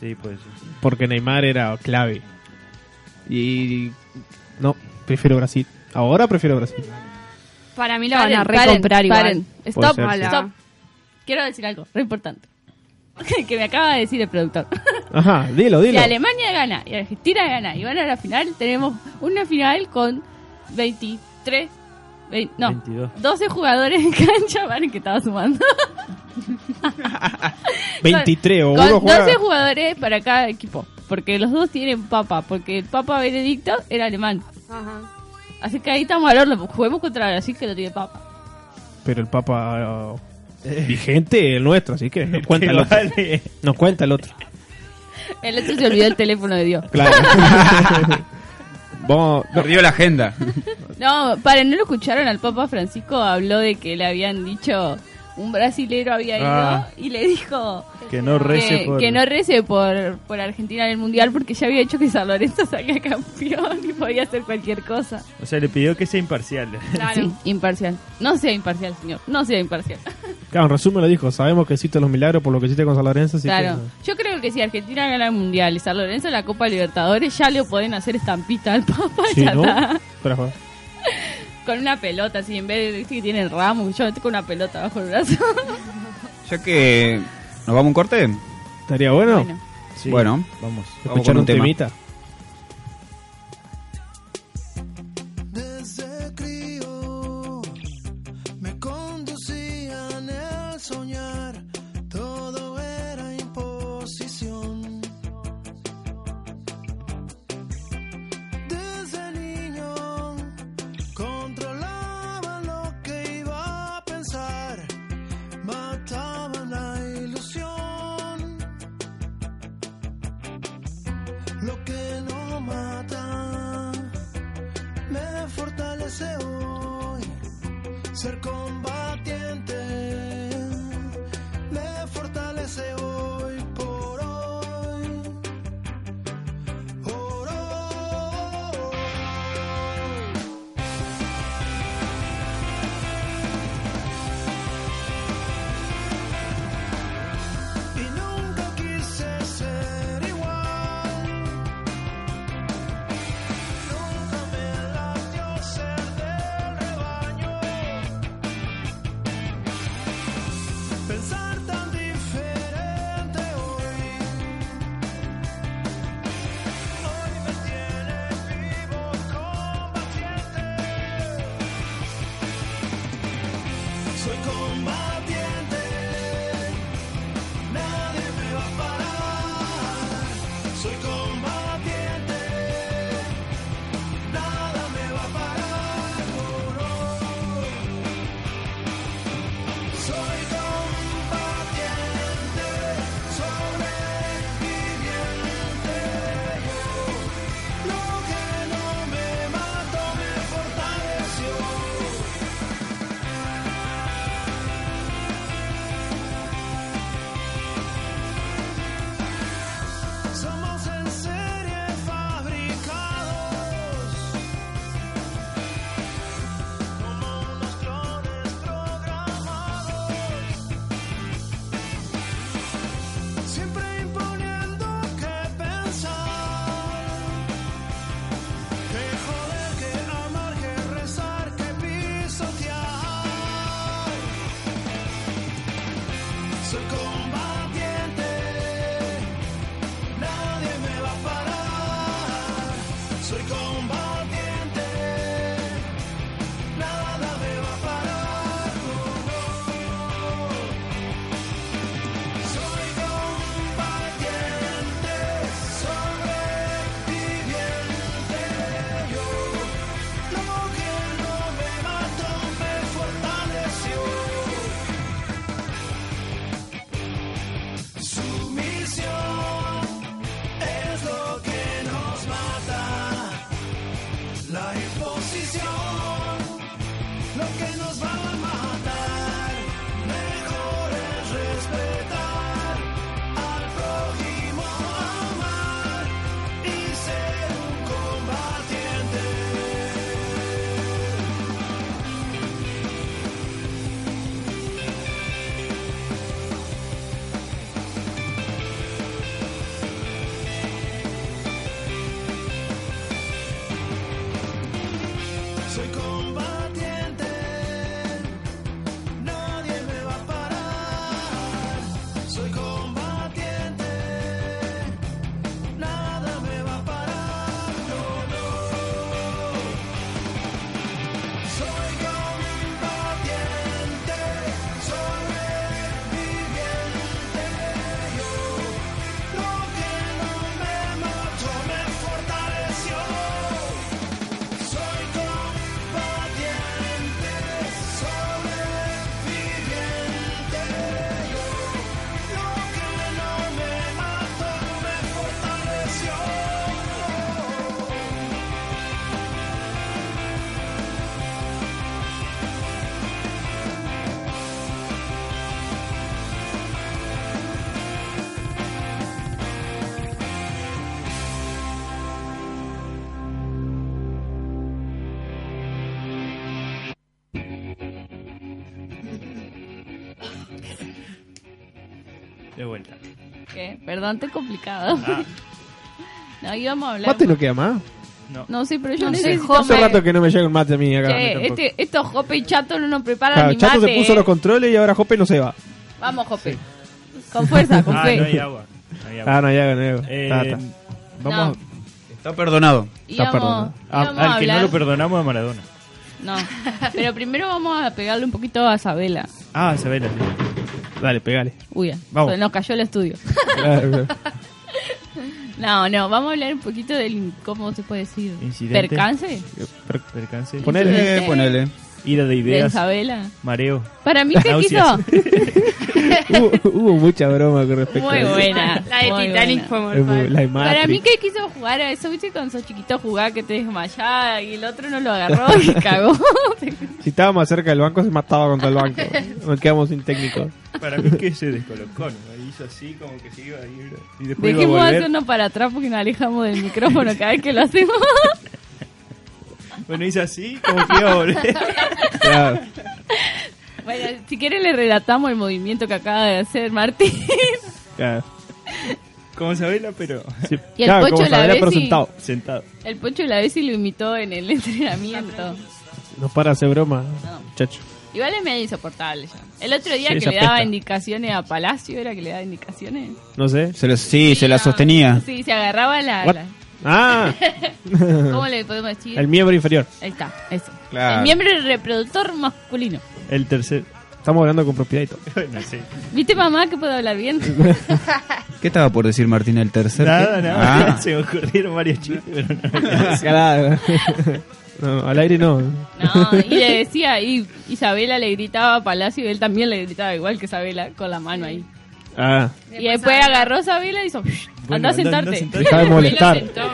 S6: Sí, [LAUGHS] pues sí.
S7: porque Neymar era clave. Y no, prefiero Brasil. Ahora prefiero Brasil.
S2: Para mí la
S8: Paren,
S2: van a
S8: paren,
S2: recomprar igual.
S8: paren.
S7: Puede
S8: Stop,
S7: ser, sí.
S8: stop. Quiero decir algo, re importante. [LAUGHS] que me acaba de decir el productor.
S7: Ajá, dilo,
S8: Si
S7: dilo.
S8: Alemania gana y Argentina gana y van a la final, tenemos una final con 23, vein- no,
S6: 22.
S8: 12 jugadores en cancha, paren que estaba sumando.
S7: 23
S8: Con
S7: o uno
S8: 12
S7: juega.
S8: jugadores para cada equipo, porque los dos tienen papa, porque el papa Benedicto era alemán.
S2: Ajá.
S8: Así que ahí estamos al horno, juguemos contra Brasil que no tiene papa.
S7: Pero el Papa eh, vigente el nuestro, así
S3: [LAUGHS]
S7: que nos cuenta el otro.
S6: Vale.
S7: Nos cuenta el otro.
S8: El otro se olvidó el teléfono de Dios.
S3: [LAUGHS]
S7: Claro. Vamos, no,
S3: perdió
S8: [LAUGHS]
S3: la agenda.
S8: No, paren, ¿no lo escucharon al Papa Francisco? Habló de que le habían dicho, un brasilero había ido
S6: Ah.
S8: y le dijo
S6: Que no rece
S8: que,
S6: por...
S8: eh, que no rece por, por Argentina en el Mundial porque ya había hecho que San Lorenzo [LAUGHS] salga campeón y podía hacer cualquier cosa.
S6: O sea, le pidió que sea imparcial.
S2: Claro.
S8: Sí, imparcial. No sea imparcial, señor, no sea imparcial.
S7: claro, en resumen lo dijo, sabemos que hiciste los milagros por lo que hiciste con San Lorenzo, así
S8: claro,
S7: que-
S8: yo creo que si Argentina gana el Mundial y San Lorenzo la Copa Libertadores, ya le pueden hacer estampita al Papa.
S7: [LAUGHS] Sí,
S8: ya
S7: ¿no?
S8: está.
S7: Espera, joder.
S8: [LAUGHS] Con una pelota, así, en vez de ¿viste que tienen ramos, yo tengo una pelota bajo el [LAUGHS] brazo.
S3: Ya que nos vamos a un corte,
S7: ¿Estaría bueno?
S8: Bueno.
S6: Sí.
S3: Bueno.
S6: Vamos.
S3: Vamos
S7: Escuchar
S3: con
S7: un,
S3: un tema.
S7: temita.
S9: Desde crío me conducían el soñar, todo era imposición. Desde niño controlaba lo que iba a pensar, mataban la ilusión. Lo que no mata me fortalece hoy ser combatiente. Me fortalece hoy por hoy. Por hoy. Y nunca quise ser igual. Nunca me latió ser del rebaño. Pensar tan diferente hoy. Hoy me tiene vivo combatiente. Soy combatiente. Nadie me va a parar. Soy combatiente. Nada me va a parar por hoy. Soy combatiente, sobreviviente. Yo, lo que no me mató me fortaleció. Somos en serie fabricados como unos clones programados, siempre imponiendo que pensar, que joder, que amar, que rezar, que pisotear. Soy combatiente. Nadie me va a parar. Soy combatiente. Nada me va a parar. No, no. Soy combatiente.
S6: De vuelta.
S8: ¿Qué? Perdón, te complicado. No, íbamos a hablar.
S7: ¿Mate no queda más?
S8: No sé, pero yo
S2: No sé,
S8: necesito.
S2: Homer.
S7: Hace rato que no me llega un mate a mí acá.
S8: Che, este, estos Jope y Chato no nos preparan
S7: Claro,
S8: ni
S7: Chato
S8: mate.
S7: se puso
S8: eh.
S7: los controles y ahora Jope no se va.
S8: Vamos, Jope. Con fuerza, con
S6: Ah,
S8: fe.
S6: no hay agua. No hay agua.
S7: Ah, no, ya gané.
S6: Eh,
S7: Ah, está.
S6: Vamos.
S3: Está perdonado.
S8: Íbamos,
S7: perdonado.
S6: a-
S8: íbamos a
S6: Ah, al que no
S8: hablar-
S6: lo perdonamos a Maradona.
S8: No, pero primero vamos a pegarle un poquito a Isabela.
S6: Ah, Isabela. sí.
S3: [LAUGHS]
S7: Dale, pegale.
S8: Uy,
S6: Vamos.
S8: se nos cayó el estudio. [LAUGHS] No,
S7: Claro,
S8: no, vamos a hablar un poquito del, ¿cómo se puede decir?
S6: Incidente.
S8: Percance
S6: Per- percance.
S7: Ponele.
S3: Eh,
S8: [LAUGHS]
S3: ponele.
S6: Ida de
S8: de
S6: ideas.
S8: Isabela.
S6: Mareo.
S8: Para
S6: [LAUGHS]
S8: mí te quiso.
S6: Náuseas.
S7: hubo, hubo mucha broma con respecto
S8: Muy
S7: a eso.
S8: buena.
S2: La de
S8: muy
S2: Titanic
S8: buena.
S2: fue
S7: Es muy-
S2: mortal.
S7: La de Matrix.
S8: Para mí que quiso jugar a eso, viste, con esos chiquitos jugar que te desmayaba y el otro no lo agarró
S6: [LAUGHS]
S8: y cagó. [LAUGHS]
S7: Si estábamos cerca del banco, se mataba contra el banco. Nos quedamos sin técnico.
S6: Para mí que se descolocó. ¿no? Hizo así como que se iba a ir. Y después iba a
S8: Dejemos
S6: volver.
S8: hacernos para atrás porque nos alejamos del micrófono cada vez que lo hacemos. [LAUGHS]
S6: Bueno, hizo así como que iba a volver. [LAUGHS]
S7: Claro.
S8: bueno, si quieren le relatamos el movimiento que acaba de hacer Martín.
S7: Claro.
S6: como Isabela, pero [LAUGHS]
S7: Sí.
S8: Y el
S7: Claro,
S8: pocho
S7: como
S8: de la
S7: Sabela,
S8: Bessi.
S7: pero sentado.
S6: sentado.
S8: El Pocho la vez y lo imitó en el [LAUGHS] entrenamiento.
S7: No para hacer broma,
S8: No.
S7: muchacho.
S8: Igual es medio insoportable ya. El otro día
S7: Sí,
S8: que
S7: se
S8: le daba
S7: apesta.
S8: indicaciones a Palacio, ¿era que le daba indicaciones?
S7: No sé.
S3: Se la- sí, se la
S8: no.
S3: sostenía.
S8: Sí, se agarraba la...
S7: What?
S8: la-
S7: Ah, [LAUGHS]
S8: ¿Cómo le podemos decir?
S7: el miembro inferior.
S8: Ahí está, eso.
S3: Claro.
S8: El miembro reproductor masculino.
S6: El tercer.
S7: Estamos hablando con propiedad y todo.
S6: Bueno, sí.
S8: ¿Viste mamá que puedo hablar
S7: [LAUGHS]
S8: bien?
S3: ¿Qué estaba por decir Martín el tercer?
S6: Nada,
S3: ¿Qué?
S6: nada. [LAUGHS]
S3: Ah.
S6: Se me ocurrieron varios chistes, pero no.
S7: Claro. [LAUGHS] No, no, al aire no.
S8: No, y le decía, y Isabela le gritaba a Palacio y él también le gritaba igual que Isabela, con la mano ahí.
S7: Ah,
S8: Y después agarró a Isabela y hizo, anda
S6: andá,
S8: a sentarte.
S6: andá a sentarte.
S7: deja de
S8: [LAUGHS] Y
S7: molestar.
S8: lo sentó.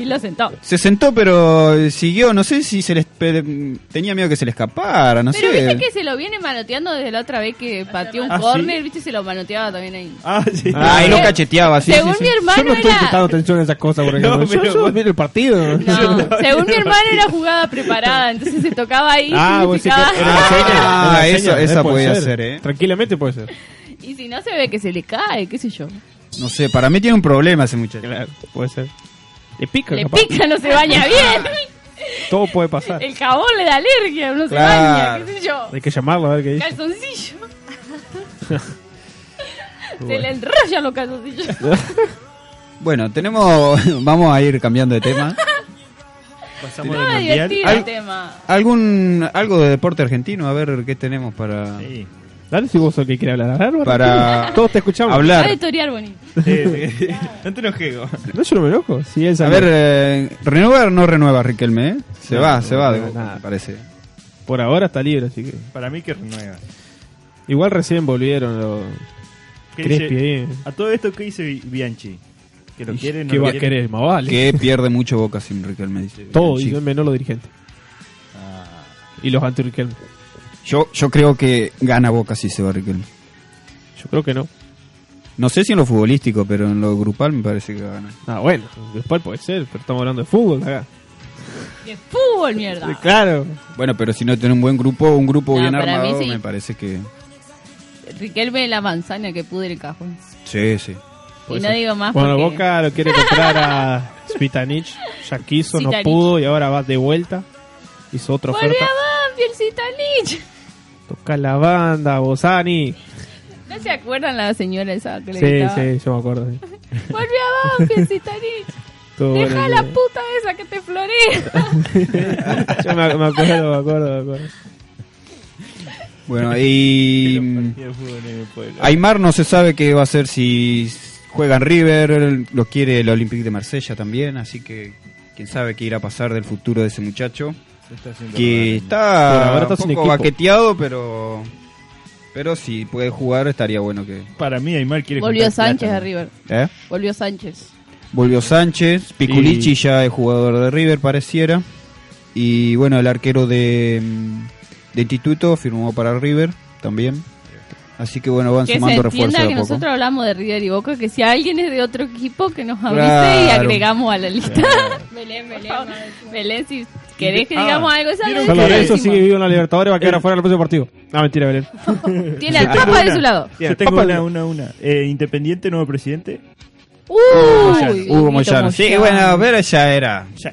S8: Y lo sentó.
S3: Se sentó, pero siguió. No sé si se les pe- tenía miedo que se le escapara. No
S8: Pero
S3: sé.
S8: viste que se lo viene manoteando desde la otra vez que pateó un
S6: Ah,
S8: corner, viste, se lo manoteaba también
S7: [LAUGHS]
S8: ahí.
S6: Ah, sí.
S3: Ah, y lo cacheteaba. Sí,
S8: Según
S3: sí, sí.
S8: mi
S7: Yo no
S8: hermano
S7: estoy
S8: era...
S7: prestando atención a esas cosas, por ejemplo. yo,
S6: pero
S7: yo
S6: vos-
S7: miro el partido.
S8: No, según mi hermano era jugada preparada, entonces se tocaba ahí
S7: Ah,
S8: y,
S7: vos decís
S8: picaba.
S7: que era
S3: Ah,
S7: la seña. era la
S3: eso-
S7: seña.
S3: esa
S7: Eh, puede
S3: podía ser, eh.
S7: Tranquilamente puede ser.
S8: y si no se ve que se le cae, qué sé yo.
S3: No sé, para mí tiene un problema ese muchacho.
S7: Claro, puede ser. Le pica, Eh.
S8: Le
S7: capaz.
S8: pica, no se
S7: [LAUGHS]
S8: baña bien.
S7: Todo puede pasar.
S8: El jabón le da alergia, no se
S3: Claro.
S8: baña, qué sé yo.
S7: Hay que llamarlo a ver qué dice. [LAUGHS]
S8: Calzoncillo. Se le enrollan los calzoncillos.
S3: Bueno, tenemos. [LAUGHS] Vamos a ir cambiando
S8: [LAUGHS]
S3: de tema.
S6: Pasamos
S8: Estaba
S6: del mundial.
S8: divertido
S3: Al-
S8: el tema.
S3: ¿Algún, algo de deporte argentino, a ver qué tenemos para,
S6: Sí.
S7: Dale si vos sos el que quiere hablar. Bárbara.
S3: para
S7: Todos te escuchamos.
S8: Va a
S3: hablar.
S8: historiar bonito.
S6: Sí, sí. No te enojes.
S7: No, yo no me enojo. Sí, él
S3: A
S7: sabe.
S3: ver, eh, renueva o no renueva Riquelme, ¿eh? Se
S7: No,
S3: va,
S7: no,
S3: se va,
S7: no,
S3: de-
S7: nada.
S3: me parece.
S7: Por ahora está libre, así que.
S6: Para mí que renueva.
S7: Igual recién volvieron los.
S6: ¿Qué
S7: Crespi
S6: dice-
S7: ahí.
S6: A todo esto, ¿qué dice Bi- Bianchi? eh. Que lo quieren
S7: ¿Qué va a querer? Más vale.
S3: Que pierde mucho boca sin Riquelme, dice.
S7: Todo,
S3: Sí.
S7: y menos los dirigentes.
S3: Ah.
S7: Y los anti Riquelme.
S3: Yo, yo creo que gana boca si se va Riquelme.
S7: Yo creo que no.
S3: No sé si en lo futbolístico, pero en lo grupal me parece que gana.
S7: Ah, bueno, después puede ser, pero estamos hablando de fútbol acá.
S8: De fútbol, mierda.
S7: Ah. Claro.
S3: Bueno, pero si no tiene un buen grupo, un grupo
S8: No,
S3: bien
S8: para mí
S3: armado,
S8: sí.
S3: me parece que.
S8: Riquelme la manzana que pudre el cajón.
S3: Sí, sí.
S8: y no digo más
S7: Bueno,
S8: porque...
S7: Boca lo quiere
S8: [LAUGHS]
S7: comprar a Spitanich. Ya quiso,
S8: Spitanich.
S7: no pudo y ahora va de vuelta. Hizo otra
S8: Volví
S7: oferta.
S8: a Banfield, Citanich.
S7: Toca la banda, Bosani.
S8: ¿No se acuerdan la señora esa que le
S7: Sí,
S8: gritaba?
S7: sí, yo me acuerdo. sí.
S8: Volví a Banfield,
S3: [LAUGHS]
S8: Citanich.
S7: Estuvo
S8: Deja
S7: bueno,
S8: la
S7: sí.
S8: puta esa que te florea.
S7: [LAUGHS] Yo me, me acuerdo, me acuerdo, me acuerdo.
S3: Bueno, y.
S6: Partido de fútbol en el pueblo.
S3: Aymar no se sabe qué va a hacer si juega en River, lo quiere el Olympique de Marsella también, así que quién sabe qué irá a pasar del futuro de ese muchacho,
S6: Se está haciendo mal.
S3: que
S7: Por
S3: está
S7: ahora
S3: un
S7: está sin
S3: poco
S7: equipo.
S3: baqueteado, pero pero si puede jugar estaría bueno que...
S6: Para mí, Aymar quiere
S8: Volvió
S6: juntar plata,
S8: Sánchez
S6: ¿no?
S8: a River.
S3: ¿eh?
S8: Volvió Sánchez.
S3: Volvió Sánchez, Piculichi
S7: Y-
S3: ya es jugador de River pareciera, y bueno, el arquero de, mm, de instituto firmó para River también, así que bueno, van
S8: Que se
S3: sumando
S8: entienda
S3: refuerzos de
S8: que
S3: a poco.
S8: nosotros hablamos de River y Boca, que si alguien es de otro equipo, que nos avise y
S3: Claro.
S8: [LAUGHS]
S3: Ah.
S8: agregamos a la lista. Belén, Belén. Belén, si ¿Querés que digamos algo? Esa
S7: San
S8: la
S7: Lorenzo
S8: decimos.
S7: sigue vivo en la Libertadores, va a quedar afuera del próximo partido. No,
S8: [LAUGHS]
S7: mentira, Belén.
S8: Tiene al Papa de su lado.
S6: Yo tengo una, una, una. Eh, Independiente, nuevo presidente.
S8: Uy,
S3: Hugo
S8: Hugo
S3: Moyano.
S8: Moyano.
S3: Sí, bueno, pero ya era.
S6: Ya.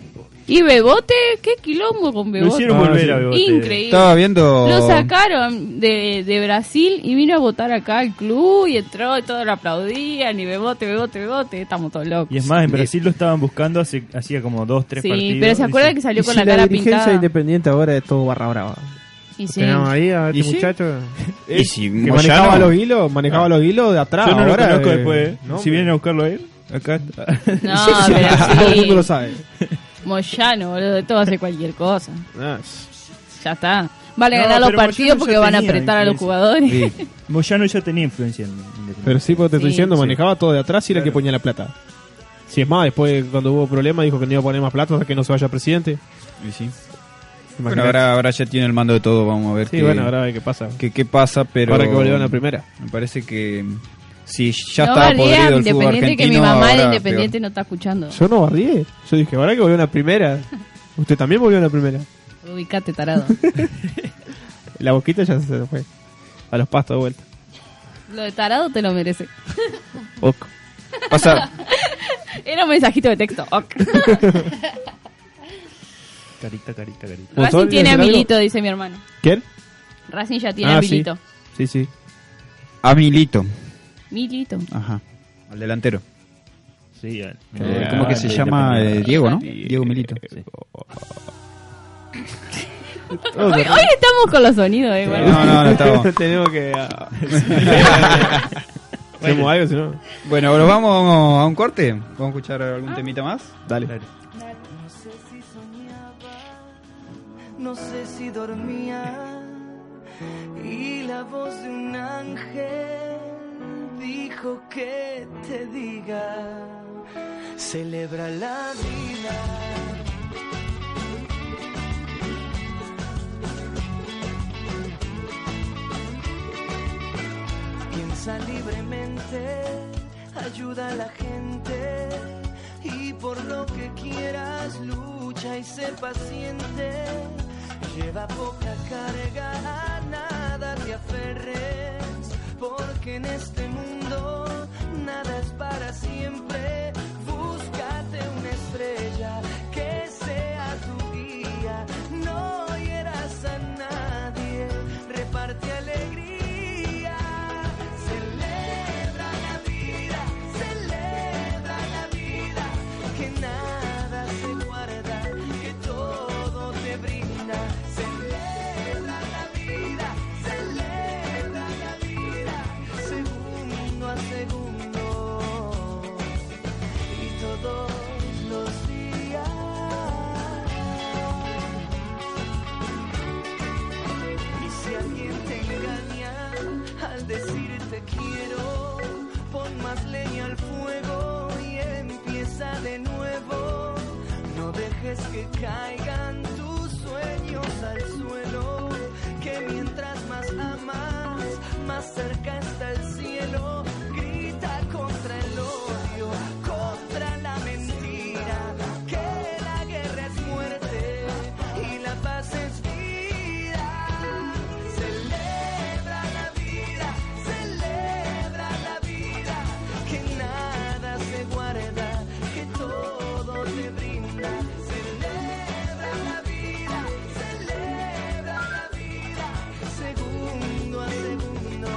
S8: Y Bebote, qué quilombo con
S6: Lo
S8: Bebote.
S6: hicieron
S7: No,
S6: volver
S7: sí.
S6: a Bebote.
S8: Increíble.
S3: Estaba viendo.
S8: Lo sacaron de, de Brasil y vino a votar acá al club y entró y todos lo aplaudían y Bebote, Bebote, Bebote. Estamos todos locos.
S6: Y es más, en Brasil lo estaban buscando hace, hacía como dos, tres
S8: sí,
S6: partidos.
S8: pero ¿se acuerdan que salió
S4: Y
S8: con
S4: si
S8: la cara
S4: dirigencia
S8: pintada?
S4: independiente ahora es todo barra brava.
S8: Y sí.
S7: Tenemos ahí a este
S3: ¿Y sí?
S7: muchacho.
S3: Y si
S7: Que
S3: Moyano-
S7: manejaba los hilos, manejaba los hilos de atrás.
S6: Yo no
S7: ahora,
S6: lo conozco
S7: eh,
S6: después. eh.
S7: no,
S6: si
S7: [LAUGHS]
S6: vienen a buscarlo a él, acá está.
S8: No,
S4: Sí,
S8: pero
S4: todo el
S8: sí.
S4: mundo lo sabe.
S8: Moyano, boludo, de todo hace cualquier cosa.
S7: Ah,
S8: Ya está. Van a
S6: No,
S8: ganar los
S6: pero Moyano
S8: partidos
S6: ya
S8: porque van a
S6: tenía
S8: apretar a los
S6: influencia.
S8: jugadores.
S3: Sí.
S6: Moyano ya tenía influencia en Independiente.
S7: Pero sí, porque te estoy
S8: Sí.
S7: diciendo, manejaba todo de atrás y era el que ponía la plata. Si es más, después cuando hubo problemas dijo que no iba a poner más plata hasta que no se vaya presidente.
S3: Y sí. Bueno,
S7: Imagínate.
S3: ahora, ahora ya tiene el mando de todo, vamos a ver
S7: sí,
S3: qué,
S7: bueno, ahora a ver qué pasa.
S3: qué, qué pasa, pero.
S7: Ahora que volvieron a la primera.
S3: Me parece que. Si ya
S8: no
S3: estaba
S8: bardea,
S3: podrido el fútbol
S8: independiente
S3: argentino.
S8: que mi mamá de
S3: ahora
S8: independiente no está escuchando.
S7: Yo no barrié. Yo dije, ahora que volvieron a la
S8: [LAUGHS]
S7: primera. Usted también volvió a la primera.
S8: Ubicate,
S3: [LAUGHS]
S8: tarado.
S7: La boquita ya se fue. A los pastos de vuelta.
S8: lo de tarado te lo merece.
S7: Ok.
S3: peor. Pasa,
S8: Era un mensajito de texto. ok.
S6: Carita, carita, carita.
S8: Racing
S7: ¿Vos
S8: tiene a
S7: decir algo?
S8: Milito, dice mi hermano.
S7: ¿Quién?
S8: Racing ya tiene a
S7: Ah, sí.
S8: Milito.
S7: Sí, sí.
S3: a Milito.
S8: Milito.
S3: Ajá. Al delantero.
S6: Sí, al-
S3: Eh,
S6: al-
S3: ¿Cómo que se
S6: al-
S3: llama?
S6: Independiente.
S3: Eh, Diego, ¿no? Diego Milito.
S8: Hoy, hoy estamos con los sonidos,
S3: [LAUGHS]
S8: eh, bueno.
S3: No, no, no
S7: [LAUGHS]
S3: estamos.
S7: Tenemos que... ah, Hacemos algo, si no...
S3: Bueno, pero vamos a un corte. Vamos a escuchar
S8: Ah.
S3: algún temita más.
S7: Dale.
S1: No sé si soñaba, no sé si dormía. Y la voz de un ángel dijo que te diga, celebra la vida. Piensa libremente, ayuda a la gente y por lo que quieras lucha y sé paciente. Lleva poca carga, a nada te aferres, porque en este mundo nada es para siempre. Búscate una estrella que sea tu guía, no hieras a nadie, reparte alegría. Celebra la vida, celebra la vida, que nada se guarda, que todo te brinda. Celebra la vida, celebra la vida, segundo a segundo y todos los días. Y si alguien te engaña al decirte quiero, pon más leña al fuego y empieza de nuevo. No dejes que caigan tus sueños al suelo, que mientras más amas, más cerca está el cielo. Grita contra el odio, contra la mentira, que la guerra es muerte y la paz es vida. Celebra la vida, celebra la vida, que nada se guarda, que todo te brinda. Celebra la vida, celebra la vida, segundo a segundo.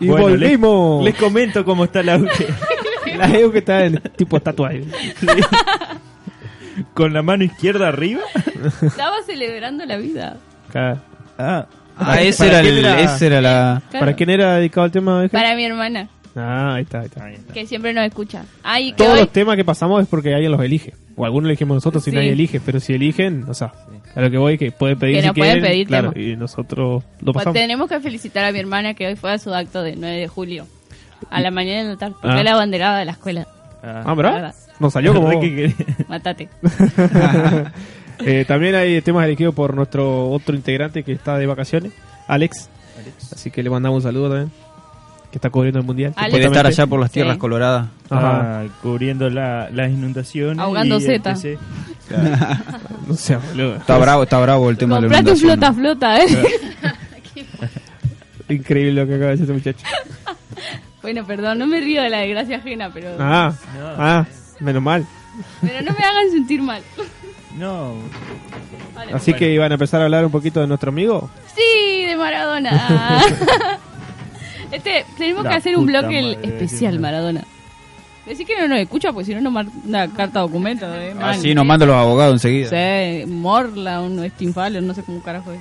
S7: Y
S6: Bueno, les-
S7: volvimos.
S6: Les, comento cómo está la UGE.
S7: La veo que está en tipo tatuaje.
S6: [LAUGHS] Con la mano izquierda arriba.
S8: Estaba celebrando la vida.
S7: Ah,
S3: Ah, ese era,
S7: ¿Para
S3: el,
S7: quién era?
S3: ese era la...
S8: Claro.
S7: ¿Para quién era dedicado el tema? Benja?
S8: Para mi hermana,
S7: Ah, ahí está, ahí está.
S8: que siempre nos escucha. Ay, que
S7: Todos
S8: hoy,
S7: los temas que pasamos es porque alguien los elige. O algunos elegimos nosotros si
S8: Sí.
S7: nadie elige. Pero si eligen, o sea, a lo que voy es que pueden pedir
S8: Que
S7: si
S8: nos pueden
S7: quieren,
S8: pedir
S7: claro,
S8: temas.
S7: y nosotros lo pasamos.
S8: pues, tenemos que felicitar a mi hermana que hoy fue a su acto del 9 de julio. A la mañana de la tarde.
S7: Ah.
S8: Fue la banderada de la escuela.
S7: Ah, ¿verdad?
S8: Nada.
S7: Nos salió como...
S6: [LAUGHS] Re que quería.
S8: Matate.
S7: [LAUGHS] Eh, también hay temas elegidos por nuestro otro integrante que está de vacaciones, Alex. Así que le mandamos un saludo también. Que está cubriendo el mundial.
S8: Alex.
S3: Puede estar allá por las
S8: Sí.
S3: tierras coloradas.
S7: Ajá.
S6: Ah, cubriendo la- las inundaciones.
S8: Ahogando
S6: y
S8: Zeta.
S6: etc.
S7: No sea boludo.
S3: Está bravo, está bravo el tema de la
S8: Comprate un
S3: inundación.
S8: flota flota, eh.
S7: Increíble lo que acaba de decir este muchacho.
S8: [LAUGHS] bueno, perdón, no me río de la desgracia ajena, pero,
S7: Ah, ah, menos mal.
S8: pero no me hagan sentir mal.
S6: No,
S8: Vale.
S7: Así que iban a empezar a hablar un poquito de nuestro amigo.
S8: Sí, de Maradona.
S6: [LAUGHS]
S8: [LAUGHS] este, tenemos
S6: La
S8: que hacer un
S6: puta
S8: bloque
S6: madre,
S8: especial
S6: decime.
S8: Maradona. Decí que no nos escucha, porque si no nos manda carta documento.
S6: Ah,
S8: Eh, man.
S3: Así Ah, nos mandan los abogados enseguida.
S8: Sí, Morla, un estinfalo, no sé cómo carajo es.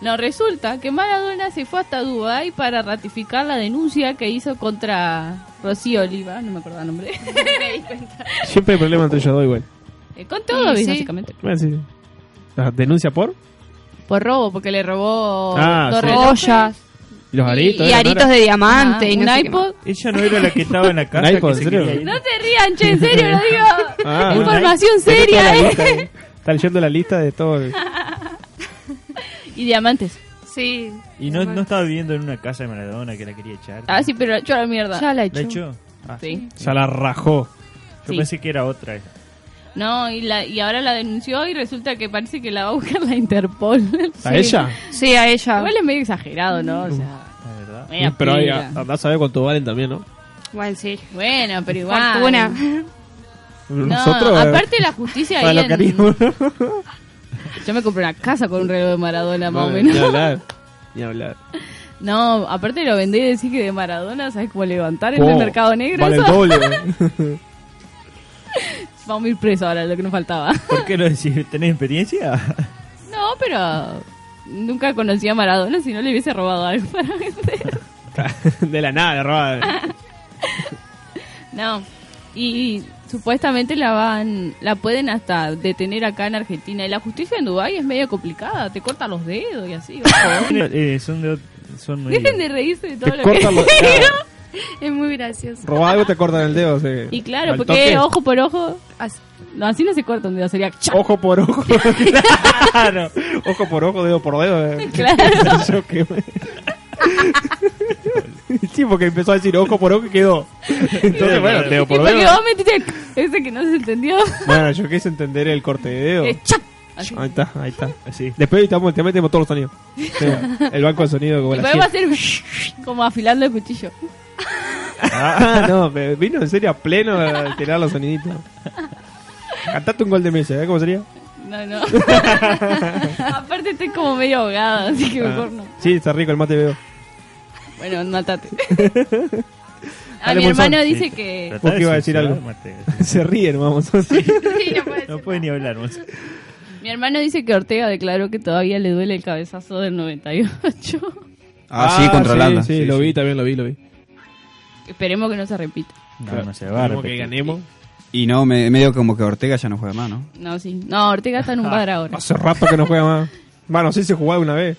S8: No, resulta que Maradona se fue hasta Dubái para ratificar la denuncia que hizo contra Rocío Oliva, no me acuerdo el nombre.
S2: [LAUGHS]
S8: me di cuenta.
S7: Siempre hay problema entre ellos dos igual.
S8: Eh, con todo,
S2: Y sí.
S8: básicamente.
S7: Bueno, sí. La denuncia por
S8: Por robo, porque le robó
S7: Ah,
S8: dos
S7: sí.
S8: relojes,
S2: Ollas
S7: y los aritos.
S2: Oh, y
S7: ¿eh?
S2: aritos de diamante Ah, y
S8: Ah, un
S2: no sé qué
S8: iPod.
S6: ella no era la que estaba
S7: [LAUGHS]
S6: en la casa.
S7: Un iPhone,
S6: que se
S7: ¿en serio?
S6: quería ir.
S8: No te rían, che, en serio lo digo.
S7: [LAUGHS] Ah,
S8: Información
S7: Tenés toda la
S8: seria,
S7: lista,
S8: eh.
S7: eh. Está leyendo la lista
S2: [LAUGHS]
S7: de todo. el-
S8: Y diamantes.
S2: Sí.
S6: Y no, no estaba viviendo en una casa de Maradona que la quería echar.
S8: Ah, sí, pero yo a la mierda.
S2: Ya la
S6: ¿La
S2: he hecho.
S6: echó? Ah,
S8: Sí.
S7: Ya la rajó.
S6: Yo
S8: Sí.
S6: pensé que era otra. eh.
S8: No, y, la, y ahora la denunció y resulta que parece que la va a buscar la Interpol.
S7: ¿A ella?
S2: Sí, a ella.
S8: Igual es medio exagerado, ¿no? O sea,
S6: La verdad.
S8: media
S7: Pero ahí
S8: pila.
S7: andás a saber cuánto valen también, ¿no?
S2: Bueno, sí.
S8: Bueno, pero igual.
S2: Fortuna. [LAUGHS]
S8: No,
S7: Nosotros. eh,
S8: aparte la justicia ahí.
S7: para lo
S8: en-
S7: carísimo.
S8: [LAUGHS] Yo me compré una casa con un reloj de Maradona, más o
S7: Ni
S8: menos.
S7: hablar. Ni hablar.
S8: [LAUGHS] No, aparte lo vendí y decís que de Maradona, ¿sabes cómo levantar en el
S7: Oh,
S8: mercado negro?
S7: Vale el
S8: eso? [LAUGHS]
S7: doble. eh.
S8: Vamos a ir preso ahora, lo que nos faltaba.
S6: ¿Por qué lo decís? [LAUGHS] ¿Tenés experiencia?
S8: No, pero nunca conocí a Maradona si no le hubiese robado algo [LAUGHS] para vender.
S7: [LAUGHS] De la nada, robada.
S8: No. Y, supuestamente la van, la pueden hasta detener acá en Argentina. Y la justicia en Dubái es medio complicada, te cortan los dedos y así. ojo.
S6: [LAUGHS] Eh, son de ot- son medio-
S8: Dejen de reírse de todo
S7: Te
S8: lo que
S7: cortan los-
S8: digo.
S2: Es muy gracioso.
S7: Robar algo te cortan el dedo. sí.
S8: [LAUGHS] Y claro,
S7: Al
S8: porque
S7: toque.
S8: ojo por ojo. as- no, así no se corta un dedo, sería. ¡chac!
S7: Ojo
S8: [LAUGHS]
S7: por ojo. claro. Ojo por ojo, dedo por dedo. eh.
S8: Claro.
S7: [LAUGHS] Yo que me- [LAUGHS] sí, porque empezó a decir ojo por ojo
S8: [LAUGHS]
S7: y quedó. Entonces, bueno,
S6: Oh,
S7: dedo
S8: Y
S7: por
S8: porque
S7: dedo.
S8: vos metiste el- ese que no se entendió.
S7: Bueno, yo quise entender el corte de
S6: Oh.
S7: dedo.
S8: Eh, ¡chac! Así.
S7: Ahí está, ahí está.
S6: Así.
S7: Después editamos el tema y tenemos todos los sonidos. Sí, El banco de sonido como
S8: Y
S7: la
S8: podemos
S7: gente.
S8: hacer un [LAUGHS] como afilando el cuchillo.
S7: Ah, no, pero vino en serio a pleno a alterar los soniditos. Cantate un gol de mesa, ¿eh? ¿Cómo sería?
S8: No,
S7: [LAUGHS]
S8: no. Aparte estoy como medio ahogada, así que mejor no.
S7: Sí, está rico el mate veo. [LAUGHS]
S8: Bueno, matate. A
S7: Dale,
S8: mi
S7: Monzón.
S8: hermano dice
S6: Sí.
S8: que...
S6: Tratá
S7: ¿Vos qué iba a decir
S6: censurar,
S7: algo?
S6: Mate.
S7: Se ríen, [LAUGHS] vamos.
S6: No puede ni hablar. vos.
S8: Mi hermano dice que Ortega declaró que todavía le duele el cabezazo del 98.
S3: Ah, sí, contra Holanda.
S7: Sí, lo vi, también lo vi, lo vi.
S8: [LAUGHS] Esperemos que no se repita.
S6: No, no se va. a
S7: Esperemos que
S6: repetir.
S7: ganemos.
S3: Y no, me- medio como que Ortega ya no juega más, ¿no?
S8: No, sí. No, Ortega está en un bar
S7: [LAUGHS]
S8: ahora.
S7: Hace rato que no juega más. Bueno, sí se jugaba una vez.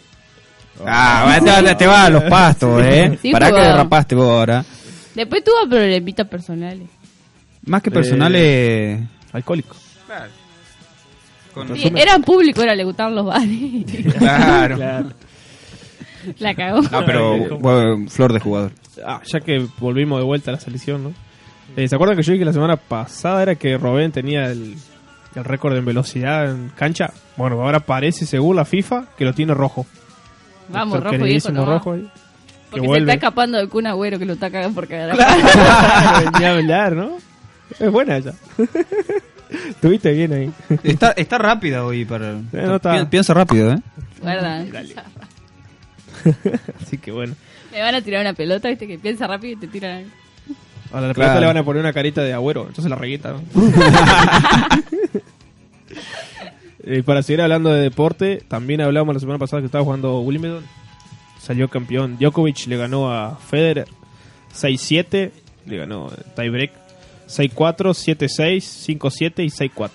S3: Ah, va- te, va- te va a los pastos, ¿eh?
S8: [LAUGHS] Sí,
S3: Pará que
S8: jugaba.
S3: derrapaste vos ahora.
S8: Después tuvo problemitas personales.
S3: Más que personales...
S7: Alcohólico.
S8: Sí, era público, era le gustaban los
S7: [LAUGHS]
S8: bares.
S3: Claro.
S8: La cagó.
S3: No, pero bueno, flor de jugador.
S7: Ah, ya que volvimos de vuelta a la selección, ¿no? Eh, ¿Se acuerdan que yo dije que la semana pasada era que Robén tenía el, el récord en velocidad en cancha? Bueno, ahora parece, según la FIFA, que lo tiene rojo.
S8: Vamos,
S7: Nuestro
S8: rojo viejo, no.
S7: queridísimo rojo ahí. Que
S8: Porque se está
S7: vuelve. [LAUGHS]
S8: escapando del Kun Agüero que lo está cagando por cagar.
S7: Claro, Ni hablar, ¿no? Es buena [LAUGHS] esa. Estuviste bien ahí. [LAUGHS]
S3: Eh, Está, está rápida hoy para...
S7: no está.
S3: Pi- Piensa rápido, ¿eh?
S8: Guarda.
S7: Así que bueno.
S8: Le van a tirar una pelota, viste, que piensa rápido y te tiran.
S7: A la pelota
S3: Claro.
S7: le van a poner una carita de agüero, entonces la regueta. [LAUGHS] ¿no? Eh, para seguir hablando de deporte, también hablamos la semana pasada que estaba jugando Wimbledon. Salió campeón Djokovic, le ganó a Federer 6-7, le ganó eh, tiebreak 6-4, 7-6, 5-7 y 6-4.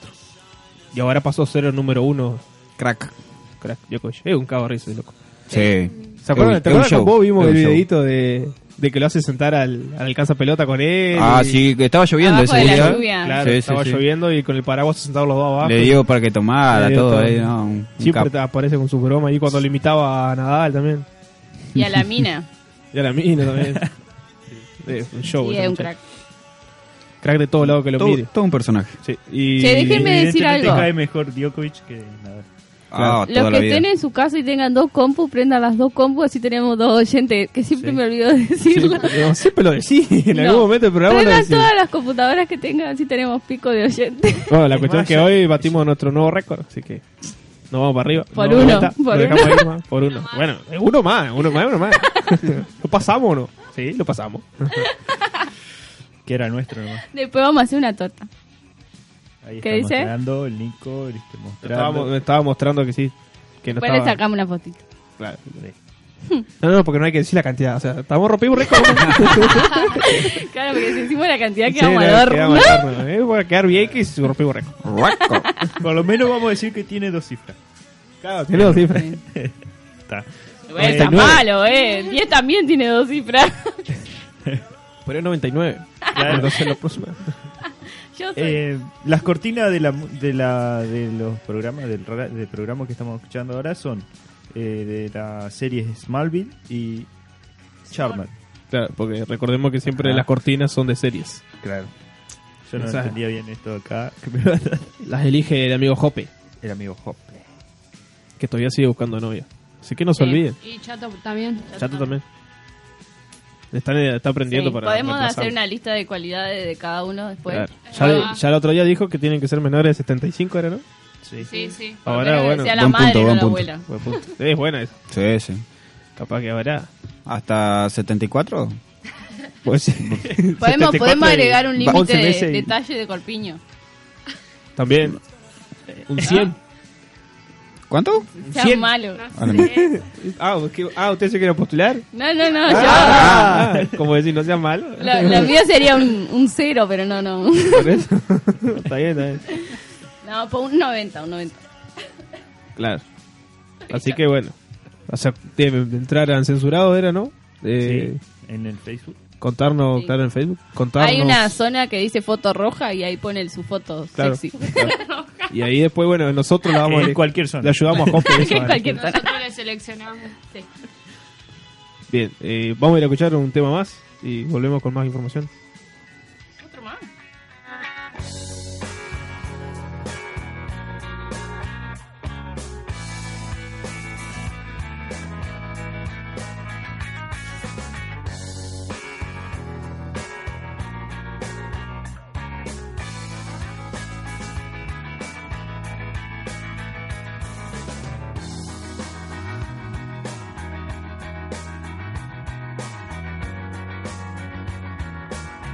S7: Y ahora pasó a ser el número uno,
S3: Crack.
S7: crack, Djokovic. Es un cabarrizo de loco.
S3: Sí.
S7: ¿Se acuerdan?
S3: Es un-
S7: ¿Te
S3: es un
S7: acuerdas
S3: show,
S7: con vos vimos
S3: es
S7: el
S3: un show.
S7: videito de, de que lo hace sentar al, al alcanza pelota con él?
S3: Ah,
S7: y-
S3: sí, que estaba lloviendo
S8: Abajo
S3: ese
S8: de la
S3: día.
S8: lluvia.
S7: Claro,
S3: Sí, sí,
S7: estaba
S3: sí.
S7: lloviendo y con el paraguas se sentaron los dos abajo.
S3: Le dio para que tomara,
S7: Le dio
S3: todo,
S7: todo.
S3: ahí, ¿no? Un- un
S7: Siempre
S3: capo.
S7: te aparece con su broma y cuando lo imitaba a Nadal también.
S8: Y a la [LAUGHS] mina.
S7: Y a la mina [LAUGHS] también. Eh, un show.
S8: Sí,
S7: ese
S8: es un crack.
S7: muchacho. Crack de todos lados que lo
S3: todo,
S7: mire.
S3: todo un personaje.
S7: Sí, y-
S8: Che, déjenme decir
S6: Evidentemente
S8: algo.
S6: cae mejor Djokovic que nada.
S3: Ah,
S8: Los
S3: toda la
S8: que
S3: vida.
S8: estén en su casa y tengan dos compus, prendan las dos compus, así tenemos dos oyentes, que siempre me olvido de
S7: Sí,
S8: decirlo.
S7: no, siempre lo decís. [LAUGHS] En
S8: No.
S7: algún momento del programa lo
S8: Prendan
S7: decís.
S8: todas las computadoras que tengan, así tenemos pico de oyentes.
S7: [LAUGHS] Bueno, la cuestión es que hoy batimos nuestro nuevo récord, así que nos vamos para arriba.
S8: Por
S7: Nos
S8: uno,
S7: vamos
S8: por
S7: lo dejamos
S8: uno.
S7: ahí nomás, por uno. Bueno, eh, uno más, uno más, [LAUGHS] uno más. ¿Lo pasamos o no? Sí, lo [LAUGHS] pasamos.
S6: Que era nuestro nomás.
S8: Después vamos a hacer una torta.
S6: Ahí
S8: ¿Qué
S6: está
S8: dice?
S6: mostrando el Nico, le está
S7: Estábamos-
S6: mostrando.
S7: Me estaba mostrando que sí. Que no
S8: Después le
S7: estaba...
S8: sacamos una fotito.
S7: Claro. No, no, porque no hay que decir la cantidad. O sea, estamos rompimos récord.
S8: [LAUGHS] Claro, porque si decimos la cantidad que
S7: Sí,
S8: vamos a
S7: no,
S8: dar.
S7: que vamos a dar, no, eh, va a quedar bien que si rompimos récord.
S3: Raco.
S6: Por lo menos vamos a decir que tiene dos cifras.
S7: Claro, tiene dos cifras.
S6: Está.
S8: Bueno, está
S7: 99.
S8: malo, eh. El 10 también tiene dos cifras. [LAUGHS]
S7: Pero es 99.
S6: Claro.
S7: Entonces, la próxima.
S8: Yo soy.
S6: Eh, las cortinas de, la, mu- de, la, de los programas del, ra- del programa que estamos escuchando ahora son eh, de la serie Smallville y Charmed.
S7: Claro, porque recordemos que siempre las cortinas son de series.
S6: Claro. Yo no
S7: Esa-
S6: entendía bien esto acá. [LAUGHS]
S7: Las elige el amigo Jope,
S6: El amigo Hop.
S7: que todavía sigue buscando novia. Así que no se olviden.
S2: Y Chato también.
S7: Chato también. Está, está aprendiendo
S8: Sí,
S7: para.
S8: Podemos
S7: reemplazarlo.
S8: hacer una lista de cualidades de cada uno después.
S7: Claro. Ya, ya el otro día dijo que tienen que ser menores de 75, ¿era, no?
S2: Sí, sí.
S8: Por lo
S7: Ahora,
S8: menos que
S7: bueno,
S8: sea la
S3: buen
S8: madre,
S3: punto,
S8: no
S3: buen
S8: la
S3: punto.
S8: abuela.
S7: Buen punto. Es buena esa.
S3: Sí, sí.
S7: Capaz que habrá.
S3: ¿Hasta 74?
S7: Pues [LAUGHS]
S8: [LAUGHS]
S7: sí.
S8: Podemos,
S7: 74
S8: podemos
S7: y
S8: agregar un
S7: 11
S8: límite de,
S7: meses y-
S8: de talle de corpiño.
S7: También. Un 100.
S3: ¿Cuánto?
S8: Ah, Sea
S7: Cien.
S8: malo.
S3: A la mierda.
S7: Ah, ¿usted se quiere postular?
S8: No, no, no.
S7: Ah, como decir, no sea malo.
S8: Yo, la, la mía sería un, un cero, pero no, no.
S7: Por eso. está bien, está bien.
S8: No, por un 90, un 90. [LAUGHS]
S7: Claro. Así que bueno. O sea, debe entrar al censurado, ¿era, no? Eh,
S6: En el Facebook.
S7: Contarnos,
S8: Sí.
S7: claro, en Facebook. Contarnos.
S8: Hay una zona que dice foto roja y ahí ponen su foto
S7: Claro.
S8: sexy.
S7: Y ahí después, bueno, nosotros la [LAUGHS] vamos a
S6: En cualquier zona.
S7: Le ayudamos a Jope.
S8: [LAUGHS] [LAUGHS]
S7: eso,
S8: Que
S7: ¿vale?
S8: cualquier zona.
S2: Nosotros le seleccionamos.
S7: Bien, eh, vamos a ir a escuchar un tema más y volvemos con más información.
S1: Quiero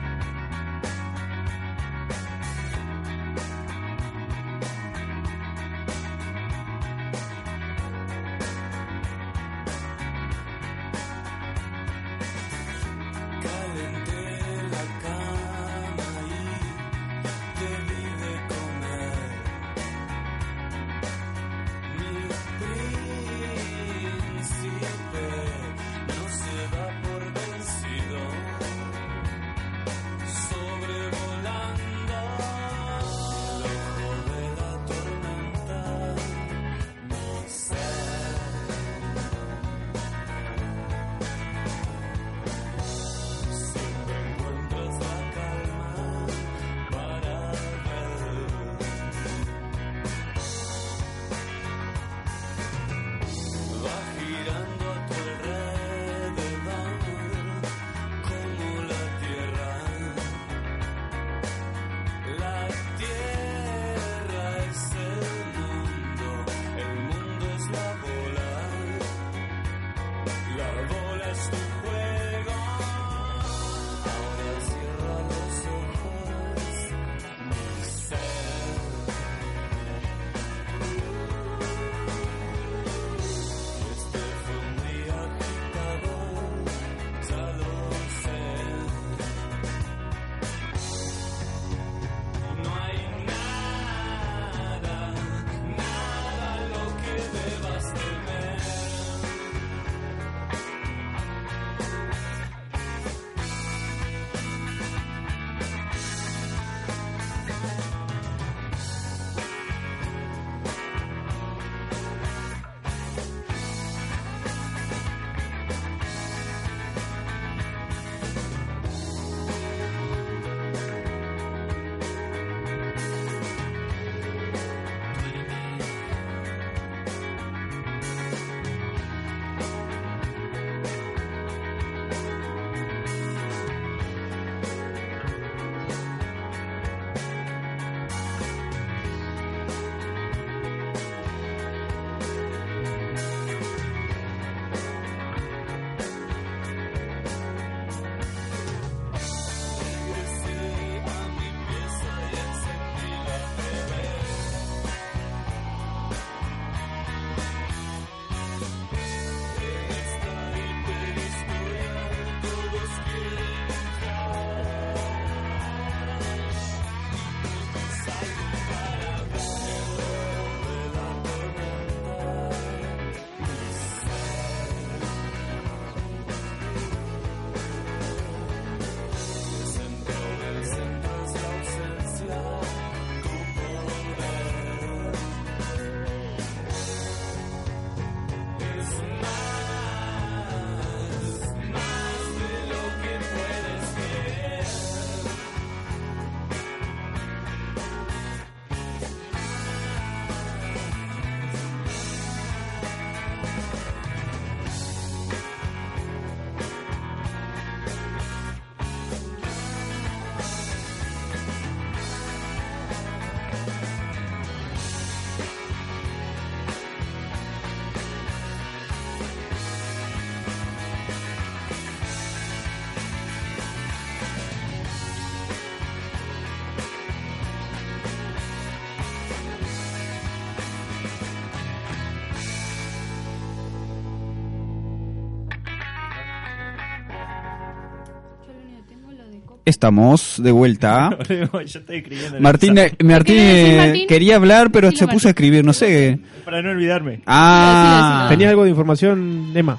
S3: Estamos de vuelta.
S7: [LAUGHS]
S6: Yo estoy escribiendo. en el
S3: Martín,
S6: WhatsApp.
S3: eh, Martín,
S2: ¿Qué quería decir,
S3: eh,
S2: Martín?
S3: quería hablar, pero
S2: Decilo,
S3: se puso a escribir, no sé.
S6: Para no olvidarme.
S3: Ah,
S7: Tenías algo de información, Emma,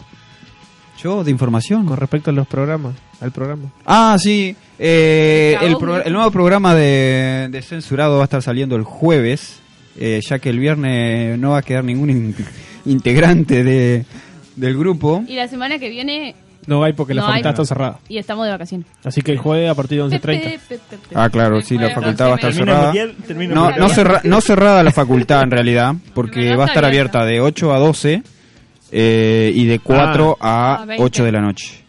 S3: yo de información.
S7: con respecto a los programas, al programa.
S3: Ah, sí. eh, el,
S8: Caos.
S3: pro- el nuevo programa de, de Censurado va a estar saliendo el jueves, eh, ya que el viernes no va a quedar ningún in- [LAUGHS] integrante de, del grupo.
S8: Y la semana que viene
S7: No hay porque la
S8: No
S7: facultad
S8: hay.
S7: está cerrada.
S8: y estamos de vacaciones.
S7: Así que el jueves a partir de 11.30.
S3: Ah, claro, sí, la facultad va a estar
S6: Termina
S3: cerrada.
S6: el mundial, termina
S3: No,
S6: el
S3: no,
S6: programa.
S3: cerra- no cerrada la facultad en realidad, porque
S8: No,
S3: va a
S8: está
S3: estar abierta de 8 a 12 eh, y de 4
S8: A
S3: a
S8: 20.
S3: 8 de la noche.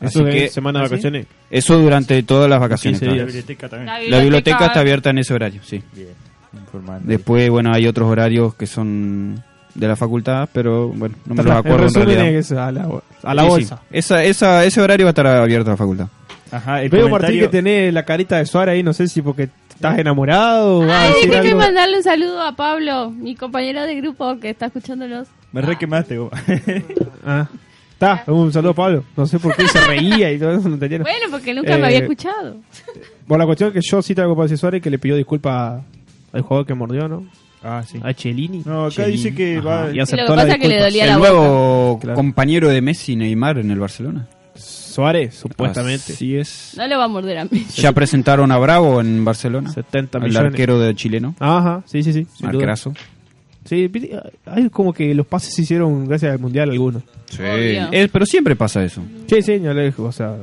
S3: Así
S7: Ah. Eso
S3: que
S7: es semana de vacaciones.
S3: eso durante todas las vacaciones.
S7: 15 días.
S6: La
S3: claro.
S6: biblioteca también.
S3: La biblioteca está abierta en ese horario, sí.
S6: Bien. Informando.
S3: Después, bueno, hay otros horarios que son de la facultad, pero bueno, no me los
S7: Tra- el
S3: acuerdo en
S7: resumen
S3: realidad.
S7: es a la, a la
S3: Sí, sí.
S7: bolsa.
S3: Esa, esa, ese horario va a estar abierto a la facultad.
S6: Ajá, Ah, el
S7: Veo, Martín,
S6: comentario-
S7: que tenés la carita de Suárez ahí, no sé si porque estás enamorado o vas a
S8: Ay,
S7: Ah, decir
S8: tengo que
S7: algo.
S8: mandarle un saludo a Pablo, mi compañero de grupo que está escuchándolos.
S6: Me re quemaste vos.
S7: Ah. Está, un saludo a Pablo. No sé por qué se reía y todo eso, no tenía.
S8: Bueno, porque nunca
S7: Eh,
S8: me había escuchado.
S7: Por la cuestión que yo sí traigo para decir Suárez que le pidió disculpas al jugador que mordió, ¿no?
S6: ah, sí.
S7: A Chelini.
S6: No, acá dice que va.
S7: Y aceptó
S8: Y lo que pasa
S7: la
S8: es que le
S7: disculpa.
S8: dolía la
S3: El nuevo
S7: Claro.
S3: compañero de Messi, Neymar, en el Barcelona.
S7: Suárez, supuestamente.
S3: Así es.
S8: No lo va a morder a
S7: [LAUGHS]
S8: mí.
S3: Ya presentaron a Bravo en Barcelona.
S7: 70
S3: El
S7: millones.
S3: arquero de chileno.
S7: Ajá, sí, sí, sí. sin duda.
S3: Arquerazo.
S7: Sí, viste, hay como que los pases se hicieron gracias al mundial algunos.
S3: Sí.
S8: Obvio.
S3: Eh, pero siempre pasa eso.
S7: Sí, sí, yo le digo, o sea,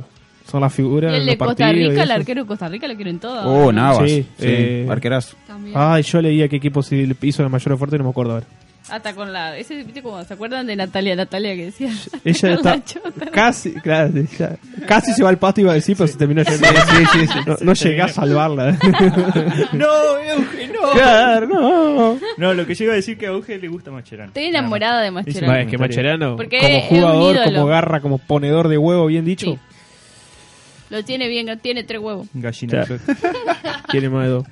S7: son las
S8: Y
S7: figuras.
S8: el de
S7: los
S8: Costa
S7: partidos y
S8: Rica, el
S7: eso.
S8: arquero de Costa Rica lo quiero en todo.
S3: Oh, Navas.
S7: Sí,
S3: Sí,
S7: eh.
S3: arquerazo.
S8: También.
S7: Ay, yo leía qué equipo sí le hizo la mayor oferta y no me
S8: [LAUGHS]
S7: acuerdo ahora.
S8: Hasta con la. Ese, ¿viste cómo se acuerdan de Natalia? Natalia que decía.
S7: Ella
S8: "Con la
S7: está
S8: chota".
S7: casi, claro, ya- casi se va al pasto iba a decir, pero se terminó yendo. no no llegué a salvarla.
S6: No, Euge, no.
S7: claro, no.
S6: No, lo que yo iba a decir que a Euge le gusta Macherano.
S8: Estoy enamorada de
S7: Bueno,
S8: Mascherano.
S7: es que Macherano,
S8: Porque
S7: como
S8: es un
S7: jugador,
S8: ídolo.
S7: como garra, como ponedor de huevo, bien dicho,
S8: Sí. Lo tiene bien, tiene tres huevos.
S6: Gallina.
S7: Claro. tiene más de
S8: [LAUGHS]
S7: dos.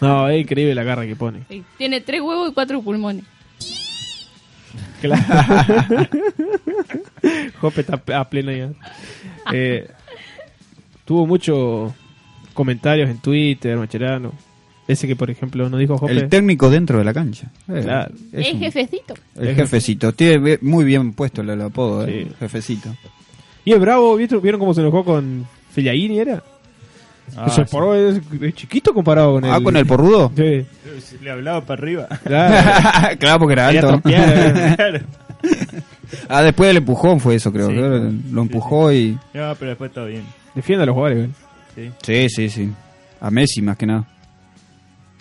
S7: No, es increíble la garra que pone.
S8: Sí, Tiene tres huevos y cuatro pulmones.
S7: Claro. Jope está p- a pleno ya. Eh, tuvo muchos comentarios en Twitter, Macherano. Ese que, por ejemplo, nos dijo Jope.
S3: El técnico dentro de la cancha. Eh,
S7: Claro.
S3: es
S8: es
S3: un-
S8: jefecito.
S3: El jefecito. Tiene be- muy bien puesto el, el apodo, eh,
S7: Sí.
S3: Jefecito.
S7: Y el Bravo, ¿viste? ¿vieron cómo se enojó con Fellaini? ¿Era?
S6: Ah,
S7: Que se paró, es, es chiquito comparado con
S3: Ah,
S7: el.
S3: con el porrudo.
S7: Sí,
S6: sí. Le hablaba para arriba. [LAUGHS]
S7: claro.
S3: [LAUGHS] claro, porque era
S7: Quería
S3: alto.
S7: trompear, eh.
S6: Claro.
S3: [LAUGHS] ah, después del empujón fue eso, creo.
S6: Sí.
S3: creo que Lo empujó y.
S6: No, pero después todo bien.
S7: Defiende a los jugadores, güey.
S3: Sí, sí, sí. A Messi más que nada.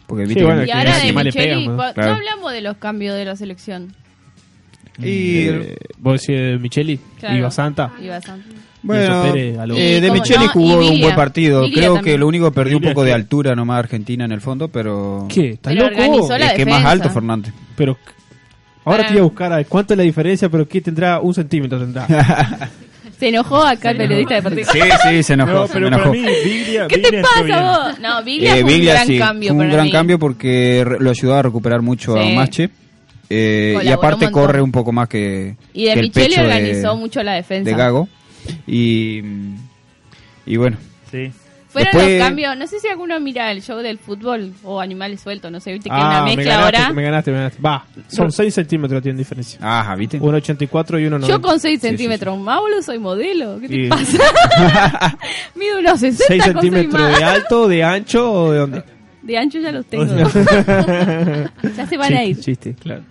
S3: Porque viste
S7: Sí,
S3: que-
S7: bueno,
S8: Y ahora
S7: que
S8: de
S7: más le
S8: Micheli.
S7: pegan, ¿no?
S8: cua-
S3: Claro.
S8: No hablamos de los cambios de la selección.
S3: [LAUGHS] em- Y-
S7: Eh, vos decís eh, Micheli
S8: Claro.
S7: y Basanta.
S8: Y bastante.
S3: bueno,
S7: Enzo Pérez, a lo-
S3: eh,
S8: Y
S3: De
S8: cómo-
S3: Micheli
S8: no,
S3: jugó
S8: y
S3: un
S8: Vilia.
S3: buen partido.
S8: Vilia
S3: creo
S8: también.
S3: que lo único que perdió un
S6: Vilia,
S3: poco de
S6: sí.
S3: altura nomás Argentina en el fondo, pero.
S7: ¿Qué? ¿Estás
S8: Pero
S7: loco?
S8: organizó la-
S3: Es que más
S8: defensa.
S3: alto Fernández.
S7: Pero ahora
S8: Para-
S7: te voy a buscar a ver cuánto es la diferencia, pero que tendrá un centímetro tendrá.
S8: Se enojó acá el periodista de partido.
S3: Sí, sí, se enojó.
S6: No,
S3: se
S6: pero para
S3: enojó.
S6: mí, Biglia,
S8: ¿Qué
S6: Biglia
S8: te
S6: entró bien.
S8: pasa vos? No, Biglia
S3: Eh,
S8: fue un
S3: Biglia,
S8: gran
S3: sí,
S8: cambio
S3: fue un
S8: para
S3: gran
S8: mí.
S3: cambio porque re- lo ayudaba a recuperar mucho
S8: Sí.
S3: a Mache. eh, y
S8: Colaboró
S3: aparte
S8: un montón.
S3: corre un poco más que,
S8: Y de
S3: que el
S8: Micheli
S3: pecho de-
S8: organizó mucho la defensa.
S3: de Gago. Y, y bueno,
S6: Sí.
S8: Fueron
S3: Después-
S8: los cambios. No sé si alguno mira el show del fútbol o animales sueltos. No sé, viste que es
S7: Ah,
S8: una
S7: me
S8: mezcla
S7: ganaste,
S8: ahora.
S7: Me ganaste, me ganaste. Va, son 6 centímetros tienen diferencia.
S3: ajá, ah, ¿viste?
S7: 1,84 y 1,90.
S8: Yo con 6
S3: Sí, sí,
S8: centímetros, Maulo, soy modelo. ¿Qué te
S7: Y-
S8: pasa?
S7: [LAUGHS]
S8: Mido unos 60
S7: 6
S8: con seis
S7: centímetros
S8: más.
S7: de alto, de ancho o de dónde?
S8: De ancho ya los [LAUGHS] tengo.
S7: [LAUGHS]
S8: [LAUGHS] ya se van a ir.
S7: Chiste, chiste, claro.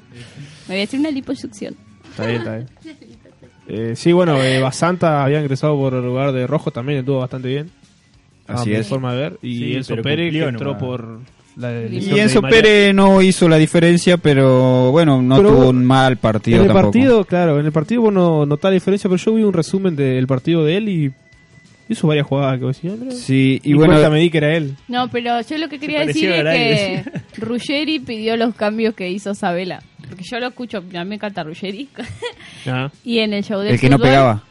S8: Me voy a hacer una liposucción.
S7: Está bien, está bien. Eh, sí, bueno, eh, Basanta había ingresado por el lugar de Rojo también, estuvo bastante bien.
S3: Así
S7: a mi
S3: es.
S7: forma de ver. Y
S6: Sí,
S7: Enzo
S6: pero
S7: Pérez que
S6: cumplió
S7: entró
S6: nomás.
S7: por la
S3: Y
S7: lesión de
S3: Enzo
S7: Di María.
S3: Pérez no hizo la diferencia, pero bueno, no
S7: Pero
S3: tuvo
S7: bueno,
S3: un mal partido
S7: en el
S3: tampoco.
S7: partido, claro, en el partido vos no notás la diferencia, pero yo vi un resumen del partido de él y hizo varias jugadas que vos decías, "Ah, mira".
S3: Sí, y,
S7: y
S3: bueno,
S7: cuenta me di que era él.
S8: No, pero yo lo que quería
S6: Me pareció
S8: decir es
S6: Garay,
S7: [LAUGHS]
S8: que Ruggeri pidió los cambios que hizo Sabela. Porque yo lo escucho, a mí me encanta Ruggeri.
S7: [LAUGHS] Ah.
S8: y en el show del
S3: el que no
S8: fútbol,
S3: pegaba.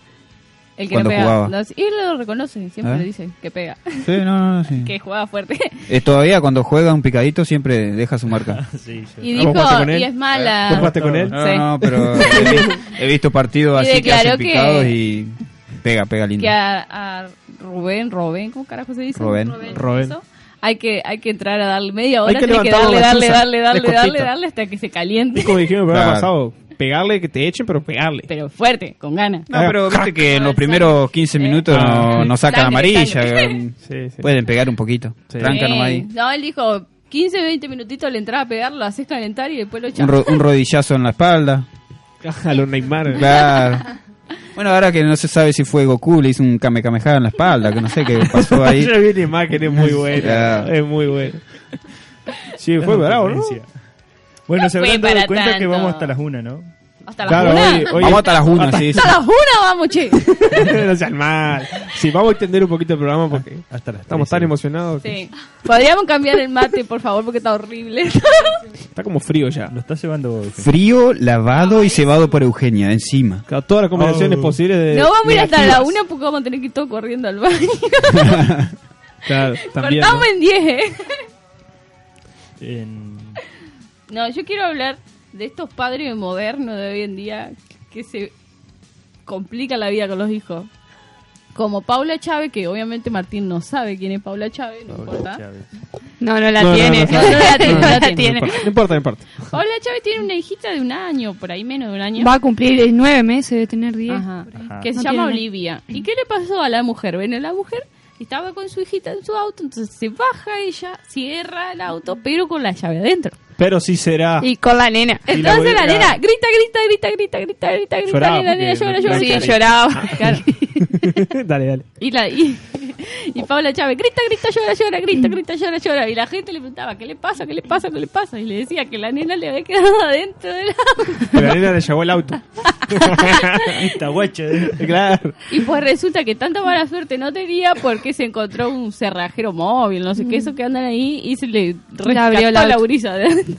S8: El que
S3: cuando
S8: no pega.
S3: jugaba.
S8: No, sí, y lo reconoce, siempre
S3: ¿Eh?
S8: le dice que pega, [LAUGHS]
S3: Sí, no, no, no, sí.
S8: que juega fuerte.
S3: Eh, todavía cuando juega un picadito siempre deja su marca. [LAUGHS]
S6: Sí, yo-
S8: Y
S7: ¿Vos
S8: dijo,
S7: jugaste con él?
S8: y es mala. [LAUGHS]
S7: ¿Vos jugaste con él?
S3: No,
S8: Sí.
S3: no, pero he, vi- he visto partidos
S8: Y
S3: así que hacen
S8: declaró que-
S3: picados y Pega, pega lindo.
S8: que a, a Rubén, Rubén, ¿cómo carajo se dice?
S3: Rubén.
S7: Rubén.
S8: eso, Hay que, hay que entrar a darle media hora,
S7: que
S8: tiene que
S7: levantarlo
S8: darle,
S7: a la
S8: darle,
S7: chuza,
S8: darle,
S7: de
S8: darle,
S7: cortito.
S8: darle, darle hasta que se caliente.
S7: Como dijimos el programa
S3: Claro.
S7: pasado, pegarle que te echen, pero pegarle.
S8: Pero fuerte, con ganas.
S3: No, pero viste que en los primeros 15 minutos
S7: Eh.
S3: no, no sacan
S8: Sangre,
S3: amarilla.
S8: sangre.
S7: Sí, sí.
S3: Ah. Pueden pegar un poquito.
S7: Sí.
S3: Tranca
S8: Eh,
S3: nomás ahí.
S8: No, él dijo 15, 20 minutitos le entraba a pegar, lo haces calentar y después lo
S3: Un,
S8: echas.
S3: ro- un rodillazo en la espalda.
S7: [LAUGHS] a los Neymar.
S8: [LAUGHS]
S3: Claro. Bueno, ahora que no se sabe si fue Goku, le hizo un kamehameha en la espalda, que no sé qué [LAUGHS] pasó ahí.
S7: [LAUGHS] Yo vi la imagen, es muy buena.
S3: Claro.
S7: Es muy buena. Sí, fue bravo, ¿no?
S6: Bueno,
S8: No
S6: se
S8: fue
S6: habrán dado
S8: para
S6: cuenta que
S8: tanto.
S6: vamos hasta las una, ¿no?
S8: Hasta la
S7: Claro,
S8: una.
S7: hoy, hoy [LAUGHS]
S3: Vamos hasta las 1, sí. sí.
S8: Hasta la una vamos, che.
S7: no seas mal. Sí, vamos a extender un poquito el
S3: Ah,
S7: programa porque
S6: Hasta las
S7: estamos tan
S6: tres,
S7: emocionados. que
S8: Sí. Podríamos cambiar el mate, por favor, porque está horrible.
S7: Está como frío ya.
S6: sí. Lo está llevando vos, Eugenio.
S3: Frío, lavado y cebado por Eugenia, [LAUGHS] encima.
S7: Claro, Todas las conversaciones
S6: Oh.
S7: posibles de.
S8: No vamos a ir hasta la
S7: negativas.
S8: una porque vamos a tener que ir todo corriendo al baño. [LAUGHS]
S7: Claro, también.
S8: Cortamos en 10, eh.
S6: En-
S8: No, yo quiero hablar de estos padres modernos de hoy en día que se complican la vida con los hijos. Como Paula Chávez, que obviamente Martín no sabe quién es Paula Chávez, no importa.
S6: Chávez.
S2: No, no la
S7: No, no,
S2: tiene.
S7: no, no,
S8: no,
S2: la tiene,
S8: no,
S2: [LAUGHS] no la
S8: no, no,
S2: tiene.
S7: No importa, no importa, no importa.
S8: Paula Chávez tiene una hijita de un año, por ahí menos de un año.
S2: Va a cumplir eh, nueve meses, debe tener diez.
S8: Ajá.
S6: Ajá.
S8: que se
S2: No
S8: llama
S2: tiene-
S8: Olivia. ¿Y qué le pasó a la mujer? Bueno, la mujer estaba con su hijita en su auto, entonces se baja ella, cierra el auto, pero con la llave adentro.
S7: Pero sí será.
S2: Y con la nena.
S7: Y la
S8: Entonces la,
S7: abuela-
S8: nena grita, grita, grita, grita, grita, grita, grita,
S7: Lloraba,
S8: y la nena
S7: porque
S8: llora,
S7: no-
S8: llora.
S7: no
S2: Sí,
S8: llora.
S2: lloraba.
S7: [LAUGHS]
S8: Claro. [LAUGHS]
S7: [LAUGHS] dale, dale.
S8: Y, la, y, y Paula Chávez, grita, grita, llora, llora, grita, grita, llora, llora. Y la gente le preguntaba, ¿qué le pasa? ¿Qué le pasa? ¿Qué le pasa? Y le decía que la nena le había quedado [LAUGHS] adentro del auto.
S7: Pero la nena le llevó el auto.
S6: Esta guacha. eh.
S7: Claro.
S8: Y pues resulta que tanta mala suerte no tenía porque se encontró un cerrajero móvil, no sé qué, eso que andan ahí y se le
S2: abrió
S8: rescató
S2: el
S8: la,
S2: auto.
S8: gurisa de adentro.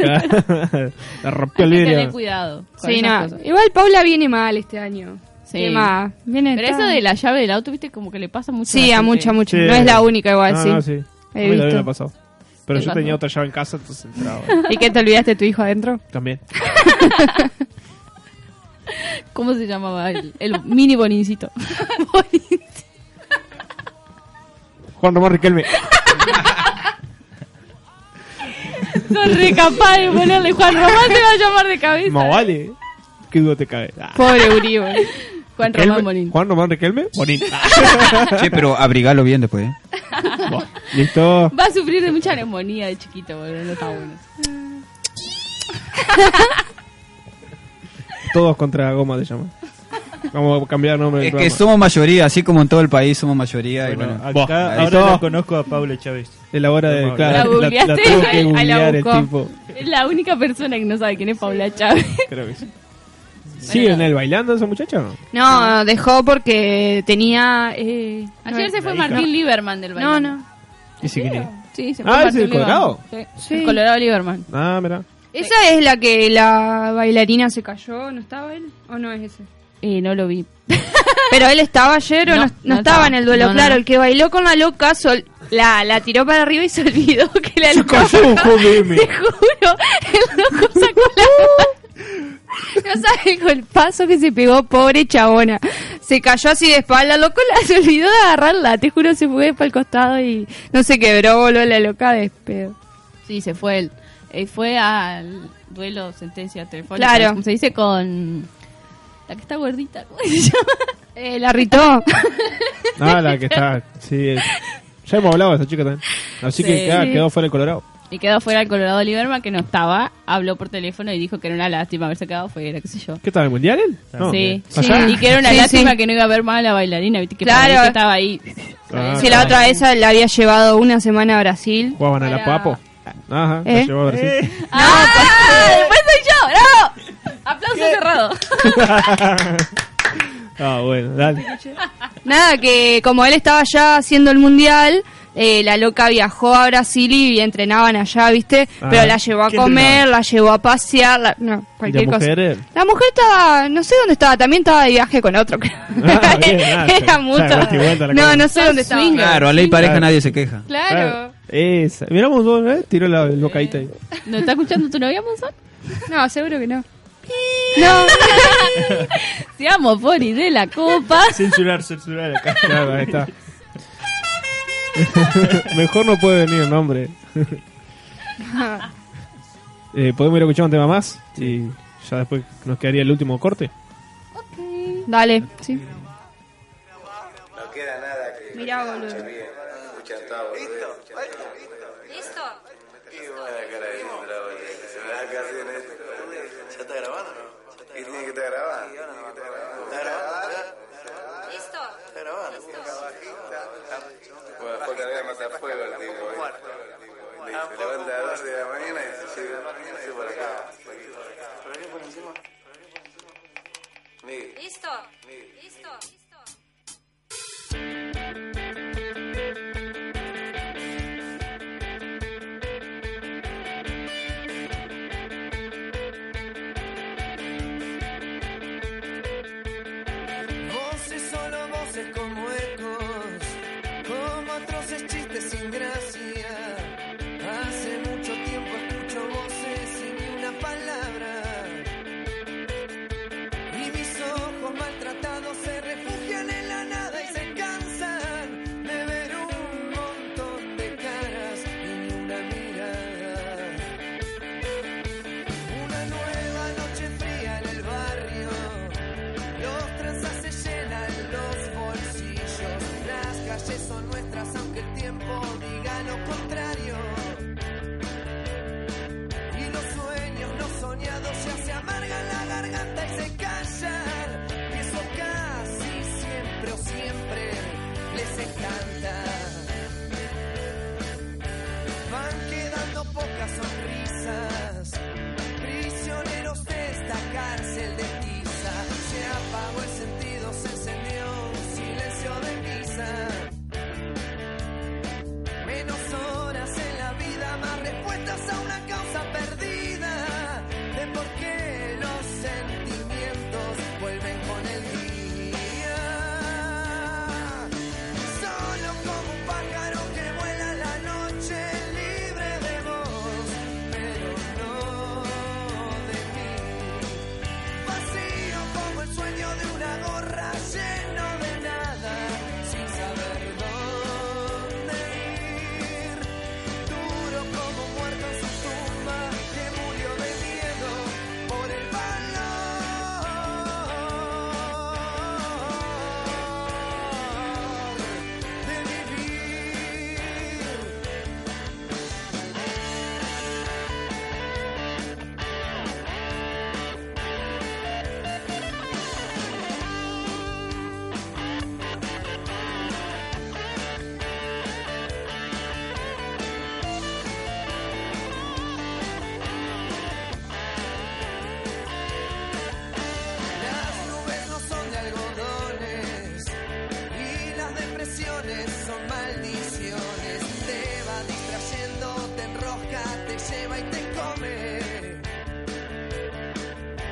S7: La rompió
S8: Hay
S7: el
S8: que tener
S7: vidrio.
S8: cuidado. con
S2: Sí,
S8: esas
S2: no.
S8: cosas.
S2: Igual Paula viene mal este año.
S8: Sí.
S2: Viene mal. Viene
S8: Pero eso
S2: tan-
S8: de la llave del auto, viste, como que le pasa mucho.
S2: Sí, a
S8: gente.
S2: mucha, mucha.
S7: Sí.
S2: No es la única igual,
S7: No,
S2: sí.
S7: no, sí. A
S2: He
S7: mí también
S2: visto.
S7: me pasó. Pero
S8: Te
S7: yo
S8: pasó.
S7: tenía otra llave en casa, entonces
S8: [LAUGHS]
S7: entraba.
S2: ¿Y qué te olvidaste tu hijo adentro?
S7: También.
S8: ¿Cómo se llamaba? El, el mini bonincito. [LAUGHS] Bonincito.
S7: Juan
S8: [LAUGHS]
S7: Román Riquelme.
S8: Son re capaz de ponerle Juan Román se va a llamar de cabeza.
S7: Más vale. ¿eh? ¿Qué duda te cabe? Ah.
S2: Pobre Uribe.
S8: Juan
S7: Riquelme-
S8: Román Molín.
S7: Juan Román Riquelme.
S8: [LAUGHS]
S7: Bonito.
S3: Che, pero abrigalo bien después. ¿eh?
S7: Listo.
S8: Va a sufrir de mucha neumonía de chiquito, boludo. No está bueno.
S7: Todos contra goma te llaman. Vamos a cambiar el nombre del
S3: Es que
S7: programa.
S3: somos mayoría, así como en todo el país somos mayoría. y
S6: Bueno,
S3: bueno.
S7: Buah,
S6: acá
S7: ahí
S6: ahora
S7: está.
S6: lo conozco a Paula Chávez. [LAUGHS]
S7: Es la hora de.
S8: La
S7: Claro, la, la,
S8: googleaste.
S7: tuvo que
S8: Ahí la
S7: googlear el
S8: buscó.
S7: tipo.
S8: Es la única persona que no sabe quién es Paula Chávez.
S7: Creo que sí. ¿Siguen él bailando esa muchacha o no?
S2: No, dejó porque tenía... eh,
S8: [LAUGHS] Ayer
S2: no-
S8: se fue Martín Lieberman del
S2: No,
S8: bailando.
S2: no.
S7: ¿Y si quería?
S8: Sí, se
S7: Ah,
S8: fue
S7: ¿es
S8: Martín
S7: el Colorado?
S8: Lieberman. Sí.
S2: Sí.
S8: El Colorado Lieberman.
S7: Ah, mira.
S2: Esa es la que la bailarina se cayó, ¿no estaba él? ¿O no es ese?
S8: Eh, no lo vi.
S2: Pero él estaba ayer o no,
S8: No,
S2: no
S8: no
S2: estaba,
S8: estaba.
S2: en el duelo,
S8: No, no,
S2: claro.
S8: no.
S2: El que bailó con la loca sol- la, la tiró para arriba y se [LAUGHS] olvidó que la loca...
S7: meme.
S2: Te juro, el loco sacó la No sabes con el paso que se pegó, pobre chabona. Se cayó así de espalda, loco, la se olvidó de agarrarla. Te juro, se fue para el costado y no se quebró, voló la loca de pedo.
S8: [LAUGHS] Sí, se fue él. Eh, fue al duelo, sentencia telefónica.
S2: Claro.
S8: Como se dice con. La que está gordita, ¿cómo se llama?
S2: Eh, la ritó.
S7: Ah, [LAUGHS] la que está. Sí. Ya hemos hablado de esa chica también. Así que
S8: Sí.
S7: claro, quedó fuera el Colorado.
S8: Y quedó fuera el Colorado Lieberman, que no estaba. Habló por teléfono y dijo que era una lástima haberse quedado fuera, qué sé yo.
S7: ¿Qué estaba en el mundial él? No.
S8: sí.
S7: Allá.
S8: Y que era una
S2: Sí,
S8: lástima
S2: sí.
S8: que no iba a ver más a la bailarina, viste, que
S2: Claro.
S8: claro. estaba ahí.
S7: Ah,
S2: si la otra vez la había llevado una semana a Brasil.
S7: Jugaban a la
S8: Para-
S7: Papo. Ajá, la
S2: ¿Eh?
S7: llevó a Brasil.
S8: ¡Ah! [LAUGHS] ¡Después soy yo! ¡No! ¡Aplauso cerrado!
S7: [LAUGHS] Ah, bueno, dale.
S2: Nada, que como él estaba allá haciendo el mundial, eh, la loca viajó a Brasil y entrenaban allá, ¿viste?
S7: Ah.
S2: Pero la llevó a
S6: ¿Qué
S2: comer,
S6: entrenaban?
S2: la llevó a pasear, la- no,
S7: ¿Y la
S2: cualquier cosa.
S7: mujer? él?
S2: La mujer estaba, no sé dónde estaba, también estaba de viaje con otro. creo.
S7: Ah, bien, ah, sí.
S2: [LAUGHS] Era
S7: Ya,
S2: mucho.
S7: vuelta y vuelta la cosa.
S2: No, no sé dónde estaba.
S8: Swing.
S3: Claro, a ley pareja
S7: Claro.
S3: nadie se queja.
S2: Claro.
S7: Ah, Esa. Miramos dos, ¿eh? Tiró la el
S8: [LAUGHS]
S7: bocadita ahí.
S8: ¿No está escuchando tu novia, Monzón? [LAUGHS]
S2: No, seguro que no. No.
S8: Seamos Pori de la [LAUGHS] copa.
S6: Censurar, censurar acá.
S7: Claro, ahí está. [LAUGHS] Mejor no puede venir el nombre. Eh, ¿Podemos ir a escuchar un tema más? Y ya después nos quedaría el último corte.
S2: Dale, sí.
S10: No queda nada que.
S2: Mirá, boludo.
S10: Escucha bien, escucha todo. Listo,
S9: ¿Listo?
S10: Y buena cara de Sandra, boludo. que Se me da casi en esto. ¿Ya está grabando? no? Y tiene que estar grabando. Tiene que estar grabando. ¿Está grabando?
S9: ¿Listo?
S10: Está grabando. Bueno, después carga matar fuego el tipo. ¿eh? Le- Se levanta a las 12 de la mañana y se llega se por acá. ¿Por qué por encima? Miguel.
S9: ¿Listo? ¿Listo? ¿Listo?
S1: Voces, solo voces como ecos, como atroces chistes sin gracia. Hace mucho tiempo escucho voces sin ni una palabra. Y mis ojos maltratados se refugian en la nada y se cansan de ver un montón de caras y ni una mirada. Una nueva noche fría en el barrio. Los tranzas se llenan los bolsillos. Las calles son nuestras, aunque el tiempo diga lo contrario. Y los sueños no soñados ya se amargan la garganta y se callan. Y eso casi siempre o siempre les encanta van quedando pocas sonrisas. Prisioneros de esta cárcel de tiza, se apagó el sentido, se encendió un silencio de misa. Menos horas en la vida, más respuestas a una causa perdida. De por qué los sentimientos vuelven con el día. Solo como un pájaro que vuela la noche libre de vos, pero no de mí. Vacío como el sueño de una gorra lleno de nada, sin saber dónde ir. Duro como muerto en su tumba que murió de miedo por el valor de vivir. Las nubes no son de algodones y las depresiones son maldiciones. Te va distrayendo, te enrosca, te lleva y te come.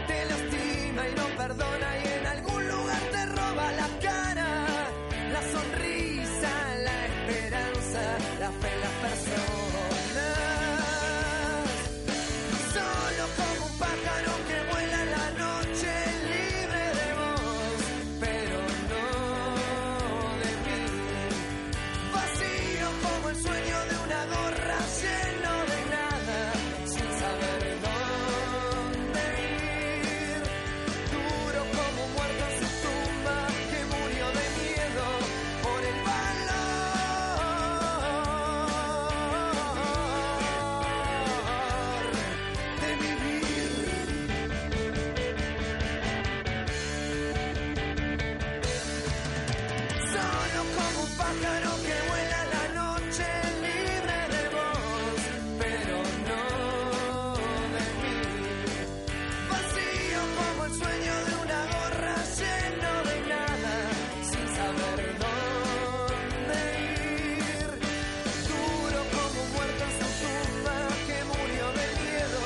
S1: Te lastima y no perdona y en algún lugar te roba la cara, la sonrisa, la esperanza, la fe en las personas. Solo como un pájaro que vuela en la noche libre de vos, pero no de mí. Vacío como el sueño de una gorra lleno de nada, sin saber dónde ir. Duro como muerto en su tumba que murió de miedo por el valor de vivir. Solo como un pájaro que vuela la noche libre de vos, pero no de mí. Vacío como el sueño de una gorra lleno de nada, sin saber dónde ir. Duro como un muerto en su tumba que murió de miedo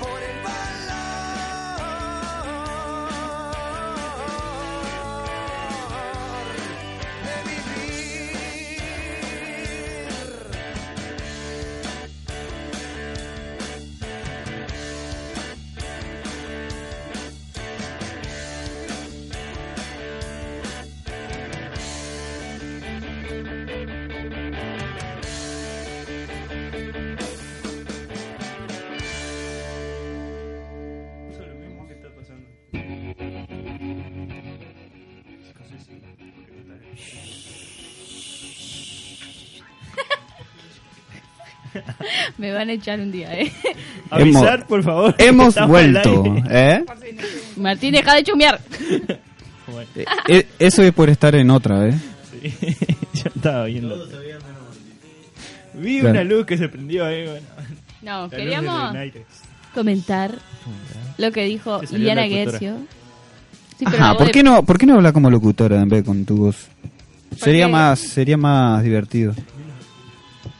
S1: por el valor de vivir.
S8: Me van a echar un día, ¿eh?
S6: Avisar, por favor.
S3: [LAUGHS]
S7: Eh,
S3: Hemos
S6: Estamos
S3: vuelto,
S6: al aire.
S3: ¿eh?
S8: Martín, deja de chumear.
S3: Eh, Eso es por estar en otra, ¿eh?
S6: Yo estaba viendo. Vi
S3: Claro.
S6: una luz que se prendió ahí, bueno.
S8: No,
S6: La luz
S8: queríamos-
S6: del United.
S8: Comentar lo que dijo
S6: Te salió
S8: Liliana
S6: la cultura.
S8: Guercio. Sí, pero
S3: Ajá,
S8: la
S3: ¿por
S8: voz
S3: qué
S8: de-
S3: no, ¿por qué no habla como locutora en vez de con tu voz? Sería
S8: qué?
S3: más, sería más divertido.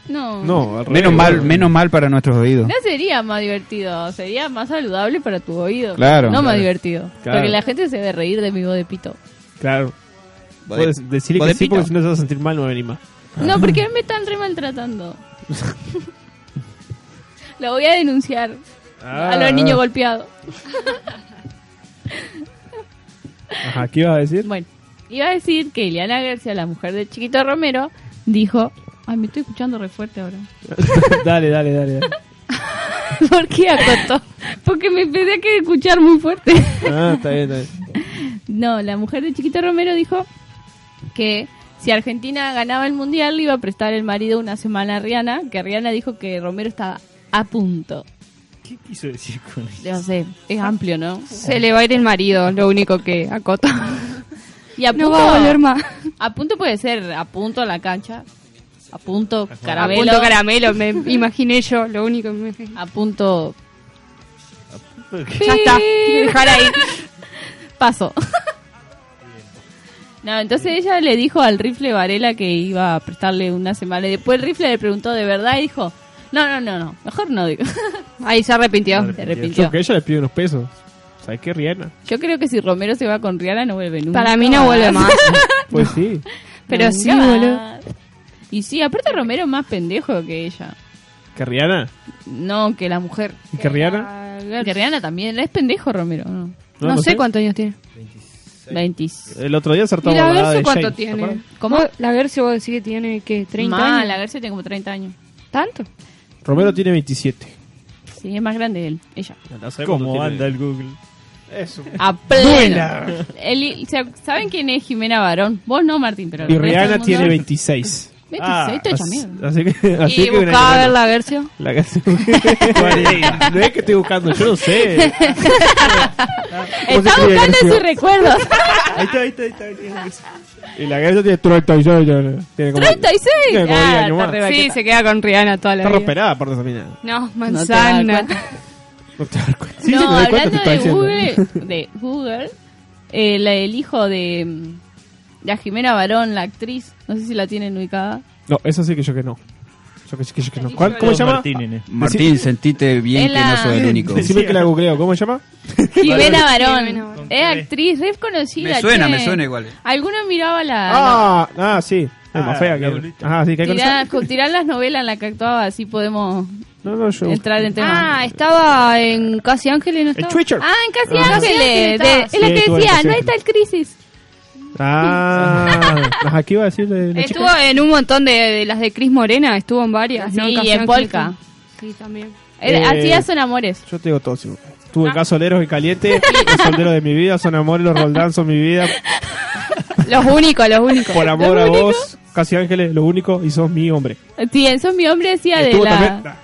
S8: No.
S3: menos mal, menos mal para nuestros oídos.
S8: No sería más divertido, sería más saludable para tu oído.
S3: Claro.
S8: No más
S3: Claro.
S8: divertido.
S3: Claro.
S8: Porque la gente se debe reír de mi voz de pito.
S7: Claro.
S3: Vale.
S7: Puedes decirle
S3: Vale,
S7: que sí
S3: pito.
S7: porque si no se va a sentir mal, no va a venir más.
S3: Ah.
S8: No, porque me están re
S3: [LAUGHS]
S8: maltratando. Lo voy a denunciar a
S3: Ah.
S8: los niños golpeados.
S7: Ajá, ¿qué ibas a decir?
S8: Bueno, iba a decir que Ileana García, la mujer de Chiquito Romero, dijo... Ay, me estoy escuchando re fuerte ahora.
S7: [LAUGHS]
S8: [LAUGHS]
S7: dale, dale, dale. dale.
S8: ¿Por qué acotó? Porque me empecé a que escuchar muy fuerte.
S7: Ah, está bien, está bien.
S8: No, la mujer de Chiquito Romero dijo que si Argentina ganaba el mundial le iba a prestar el marido una semana a Rihanna, que Rihanna dijo que Romero estaba a punto.
S6: ¿Qué quiso decir con eso?
S8: No sé, es amplio, ¿no?
S2: Se le va a ir el marido, lo único que acota.
S8: Y a
S2: No
S8: punto,
S2: va a volver más.
S8: A punto puede ser, a punto a la cancha, a punto
S2: Caramelo.
S8: caramelo,
S2: punto caramelo, [LAUGHS] me imaginé yo, lo único que me imaginé.
S8: A punto...
S2: Ya está, dejar ahí.
S8: Paso. No, entonces ella le dijo al rifle Varela que iba a prestarle una semana y después el rifle le preguntó de verdad y dijo, no, no, no, no, mejor no digo. [LAUGHS]
S2: Ahí se arrepintió.
S8: Se
S7: Yo
S8: arrepintió.
S7: que ella le pide unos pesos. ¿Sabes qué, Rihanna?
S8: Yo creo que si Romero se va con Rihanna no vuelve nunca.
S2: Para mí [LAUGHS] no vuelve más.
S7: Pues sí.
S2: Pero
S8: Nunca
S2: sí,
S8: más.
S2: boludo.
S8: Y sí, aparte Romero es más pendejo que ella.
S7: ¿Que Rihanna?
S8: No, que la mujer.
S7: ¿Y que Rihanna?
S8: Que Rihanna también. Es pendejo Romero, ¿no?
S2: Ah, No, sé cuántos años tiene.
S8: 26.
S7: El otro día
S2: ¿Y
S7: acertamos
S2: la
S7: la
S2: Verso
S7: de
S2: cuánto
S7: Shane, ¿te
S2: tiene?
S7: acuerdas?
S2: ¿Cómo? La Verso vos decís que tiene, que ¿30
S8: Más,
S2: años?
S8: la Garcia tiene como 30 años.
S2: ¿Tanto?
S7: Romero tiene 27.
S8: Sí, es más grande él, ella.
S6: ¿Cómo
S7: tiene-
S6: anda el Google?
S7: Eso.
S8: A pleno.
S7: Duela.
S8: Eli- o sea, ¿Saben quién es Jimena Barón? Vos no, Martín, pero.
S7: Y
S8: el resto del
S7: Rihanna
S8: mundo-
S7: tiene 26.
S8: 26,
S7: Ah,
S8: te he hecho
S7: así,
S8: mierda.
S7: así que, así
S2: ¿Y
S7: que una
S2: buscaba ver
S7: buena-
S2: la Verso?
S8: [LAUGHS]
S7: la canción. no es que estoy buscando, yo
S8: [LAUGHS]
S7: no sé.
S8: Está buscando en sus
S7: [LAUGHS]
S8: recuerdos.
S6: Ahí está, ahí está, ahí está. ahí está.
S7: Y la canción tiene 36. ya, ya. Tiene como,
S8: 36.
S7: Tiene como 10
S8: Ah,
S7: años
S8: está
S7: más.
S8: re
S2: Sí,
S8: vaqueta.
S2: se queda con Rihanna toda la
S7: Está
S2: vida.
S7: romperada por esa mina.
S2: No,
S8: No te das
S2: manzana.
S8: cuenta.
S7: No te das cuenta.
S8: no,
S7: sí, me doy cuenta,
S8: hablando
S7: te
S8: de
S7: estoy
S8: Google,
S7: diciendo.
S8: de Google eh, la- el hijo de mm, la Jimena Barón, la actriz, no sé si la tienen
S7: [LAUGHS]
S8: ubicada.
S7: No, eso sí que yo que no. Yo que, yo que, yo que no. ¿Cuál- ¿Cómo
S6: Todos
S7: se llama?
S6: Martínez.
S3: Martín, sentite bien
S8: Es
S3: que
S8: la-
S3: no soy el único.
S7: Decime que la googleo. ¿Cómo se llama?
S8: Jimena
S2: Jimena
S8: Barón,
S2: Barón.
S8: es actriz, es conocida.
S3: Me suena,
S8: che.
S3: me suena igual.
S8: Alguno miraba la...
S7: Ah, ah, sí. Es más
S6: Ah,
S7: fea
S6: la
S7: que.
S6: bolita.
S7: Ajá, sí, que hay con esa?
S8: Tirá- con- tirá las novelas en las que actuaba, así podemos
S7: No, no, yo.
S8: entrar en tema.
S2: Ah, estaba en Casi Ángeles, ¿no
S7: El
S2: estaba?
S7: Twitcher.
S8: Ah, en Casi
S2: Ah.
S8: Ángeles. de- es la
S7: Sí,
S8: que
S7: estuvo en
S8: decía,
S7: Casi
S8: no
S7: Ángeles.
S8: está el crisis.
S7: [LAUGHS] Ah, ajá, ¿qué iba a decir de la
S2: Estuvo
S7: chica?
S2: en un montón de, de las de Cris Morena, estuvo en varias.
S8: Sí,
S2: ¿no?
S8: y
S2: Casi
S8: en
S2: Ángeles.
S8: Polka.
S2: Sí, también.
S8: Era-
S7: Eh.
S8: Hacía
S2: [LAUGHS]
S8: son amores.
S7: Yo te digo todo, sí. Tuve casoleros y calientes, los solteros de mi vida, son amor, los Roldán son mi vida,
S2: Los únicos, los únicos.
S7: por amor
S8: ¿Lo
S7: a
S8: único?
S7: vos, casi ángeles, lo único, y sos mi hombre.
S8: Sí, eso mi hombre decía de
S7: Estuvo
S8: la,
S7: también-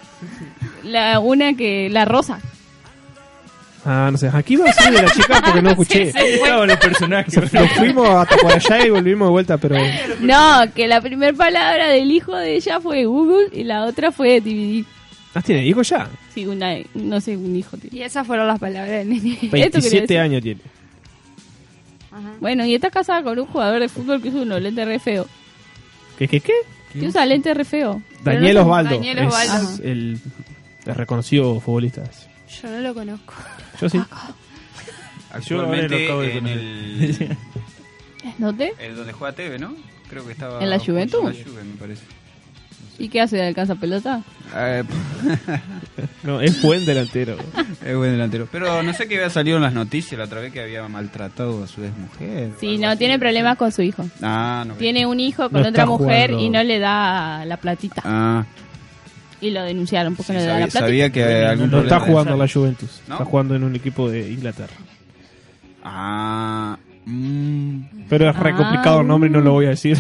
S8: la una que... La rosa.
S7: Ah, no sé, aquí iba a decir de la chica porque no [LAUGHS] escuché.
S6: Ahí estaban los personajes.
S7: Nos fuimos hasta por allá y volvimos de vuelta, pero
S8: No, que la primera palabra del hijo de ella fue Google y la otra fue DVD.
S7: ¿Ah, tiene hijos ya?
S8: Sí, una, no sé, un hijo. tiene.
S2: Y esas fueron las palabras del nene.
S8: quería
S7: 27
S8: decir.
S7: años tiene.
S8: Bueno, y está casada con un jugador de fútbol que usa unos lentes re feo.
S7: ¿Qué, qué, qué?
S8: Que usa lentes re feo.
S7: Daniel Osvaldo.
S2: Daniel
S7: es
S2: Osvaldo.
S7: el el reconocido futbolista.
S2: Yo no lo conozco.
S7: Yo
S8: Ah,
S7: sí.
S6: Yo ahora lo
S3: Actualmente
S6: acabo de
S3: en
S6: conocer.
S3: el,
S8: ¿No te?
S3: el donde juega Teve, ¿no? Creo que estaba
S8: ¿En la Juventus?
S3: en la Juve, me parece.
S8: ¿Y qué hace? ¿Alcanza pelota?
S3: Eh, [LAUGHS]
S7: No, es buen delantero.
S3: es buen delantero. Pero no sé qué había salido en las noticias la otra vez que había maltratado a su exmujer. o
S8: Sí,
S3: algo
S8: no,
S3: así.
S8: tiene problemas con su hijo.
S3: Ah, no.
S8: Tiene un hijo con
S7: No
S8: otra
S7: está
S8: mujer
S7: jugando.
S8: y no le da la platita.
S3: Ah,
S8: Y lo denunciaron porque
S3: sí,
S8: no le da la
S3: sabía,
S8: platita.
S3: sabía que algún
S7: No está
S3: problema.
S7: jugando a la Juventus.
S3: ¿No?
S7: Está jugando en un equipo de Inglaterra.
S3: Ah,
S7: Pero es re
S8: Ah.
S7: complicado el nombre y no lo voy a [LAUGHS] decir.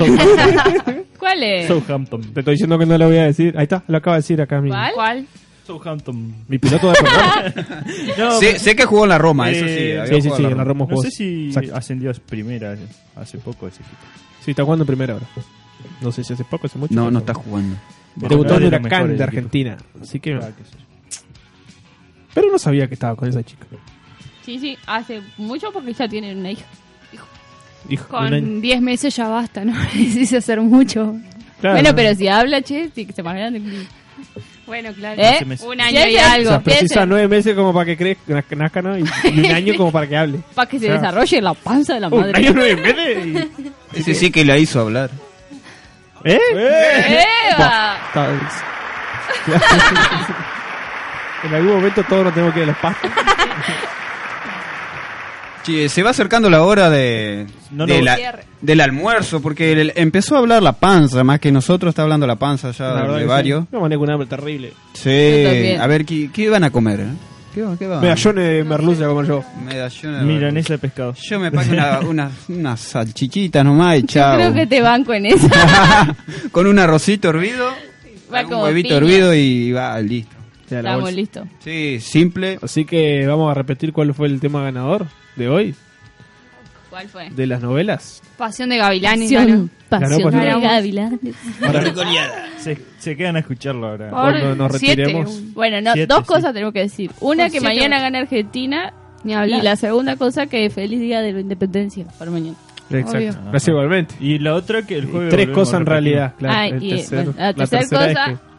S8: ¿Cuál es?
S7: Southampton. Te estoy diciendo que no lo voy a decir. Ahí está, lo acaba de decir acá mi,
S8: ¿Cuál? ¿Cuál?
S6: Southampton.
S7: mi piloto de [LAUGHS]
S6: No,
S3: sé,
S6: pero-
S3: sé que jugó en la Roma, eso sí.
S6: Eh,
S3: había
S7: sí, sí,
S3: jugado
S7: sí,
S3: en
S7: en la Roma
S6: No
S7: jugó.
S6: sé si
S7: Exacto.
S6: ascendió a primera hace poco ese equipo.
S7: Sí, está jugando en primera ahora. No sé si hace poco, hace mucho.
S3: No, no
S7: pero-
S3: está jugando.
S7: Debutó
S6: Era
S7: en
S6: de los
S7: Huracán
S6: mejores
S7: de
S6: equipos.
S7: Argentina. Así que.
S6: Ah, qué sé yo.
S7: Pero no sabía que estaba con esa chica.
S8: Sí, sí, hace mucho porque ya tienen una hija.
S7: Hijo, un año.
S2: Con 10 meses ya basta, ¿no? [LAUGHS] Necesita hacer mucho.
S7: Claro.
S8: Bueno, pero si habla, che, sí, que se más grande.
S2: Bueno, claro.
S8: ¿Eh?
S2: Un
S8: Sí,
S2: año y
S8: sí.
S7: O
S2: algo.
S7: sea, precisa
S8: piensen.
S7: nueve meses como para que crezca, naz- nazca, ¿no? Y, y un año como para
S8: [LAUGHS]
S7: que hable.
S8: Para que se
S7: Ya.
S8: desarrolle la panza de la
S7: Un
S8: madre.
S7: año nueve meses. y-
S3: Ese sí que la hizo hablar.
S7: ¿Eh?
S8: ¡Eva!
S7: Está- es- [LAUGHS] en algún momento todos nos tenemos que ir a los pastos.
S3: Che, se va acercando la hora de,
S6: No,
S3: de
S6: no.
S3: la-
S2: Cierre.
S3: del almuerzo, porque el- empezó a hablar la panza, más que nosotros está hablando la panza ya
S7: La verdad que
S3: de
S7: sí.
S3: varios.
S7: Me manejo un hambre terrible.
S3: Sí,
S8: Yo también.
S3: a ver, ¿qué, qué van a comer? eh? ¿Qué, va- qué va?
S7: Medallones de merluza como yo.
S3: Medallones de merluza.
S6: Milanesa de pescado.
S3: Yo me pago una- unas unas salchichitas nomás y
S8: Yo
S3: chao.
S8: creo que te van con eso.
S3: [LAUGHS] Con un arrocito hervido,
S8: Va
S3: un
S8: como
S3: huevito
S8: piña.
S3: hervido y va, listo.
S8: Estamos listos. [LAUGHS]
S3: Sí, simple.
S7: Así que vamos a repetir cuál fue el tema ganador de hoy,
S8: ¿Cuál fue?
S7: de las novelas.
S2: Pasión de Gavilanes. ganó.
S8: Pasión,
S7: Ganó
S8: pasión
S7: por
S8: de
S7: nada.
S8: Gavilanes.
S6: Se, se quedan a escucharlo ahora.
S2: Por
S7: Cuando nos
S2: siete,
S7: retiremos.
S2: un-
S8: Bueno, no,
S6: Siete,
S8: dos
S6: sí.
S8: cosas tenemos que decir. Una,
S2: Por
S8: que
S2: siete
S8: mañana
S2: votos.
S8: gana Argentina.
S2: Ni
S8: Y
S2: hablar.
S8: la segunda cosa, que feliz día de la independencia para mañana.
S7: Exacto.
S2: Obvio.
S7: Gracias igualmente.
S6: Y la otra que Ah. el jueves.
S7: Tres
S6: volvemos
S7: cosas
S6: a
S7: en
S6: repetir.
S7: realidad. Claro,
S8: Ah,
S7: El
S8: y,
S7: tercero-
S8: bueno, la, tercera cosa
S7: es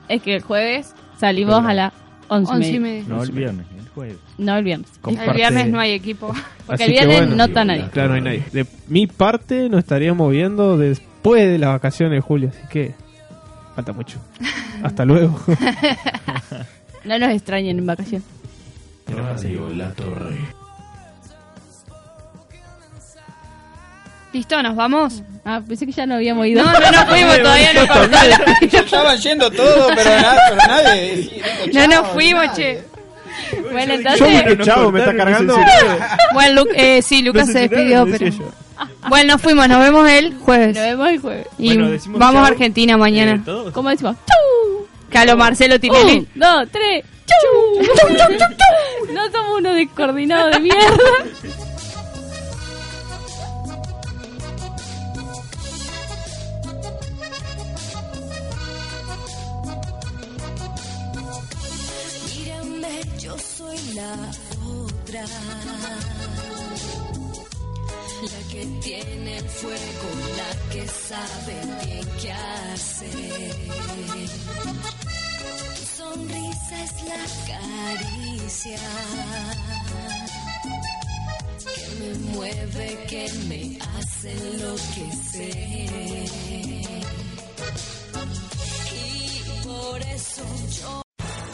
S7: que-
S8: es que... el jueves salimos a las 11.
S2: Once y media.
S6: No, el viernes, el jueves.
S8: No olvidemos.
S2: El
S7: Comparte.
S2: viernes no hay equipo.
S8: Porque
S7: Así
S8: el
S7: que
S8: viernes
S7: bueno.
S8: no está nadie.
S7: Claro, no hay nadie. De mi parte nos estaríamos viendo después de las vacaciones de julio, así que falta mucho. Hasta luego.
S8: No nos extrañen en vacaciones.
S2: [LAUGHS] ¿Listo? ¿Nos vamos?
S8: Ah, pensé que ya no habíamos ido.
S2: No, [LAUGHS] no nos fuimos, todavía [LAUGHS] no cortó la-
S3: Estaban yendo todo, pero, nada, pero nadie.
S2: No nos fuimos, che. Bueno,
S7: Yo
S2: entonces.
S7: me chavo, me está cargando.
S2: Bueno, Lu- eh, sí, Lucas se despidió, pero.
S6: Decía yo.
S2: [LAUGHS] Bueno, nos fuimos, nos vemos el
S8: Nos
S2: jueves.
S8: vemos el jueves.
S2: Y
S6: Bueno, decimos
S2: vamos a
S6: chau.
S2: Argentina
S6: Eh, Oh.
S2: mañana.
S6: todos.
S8: ¿Cómo decimos? ¡Chu!
S2: Calo Marcelo
S8: Un,
S2: Tinelli.
S8: dos, tres. ¡Chu! ¡Chu, chu, chu, chu! [LAUGHS] No somos unos descoordinados de mierda.
S9: Mírame, yo soy la otra, la que tiene el fuego, la que sabe bien qué hacer. Tu sonrisa es la caricia que me mueve, que me hace enloquecer. Y por eso yo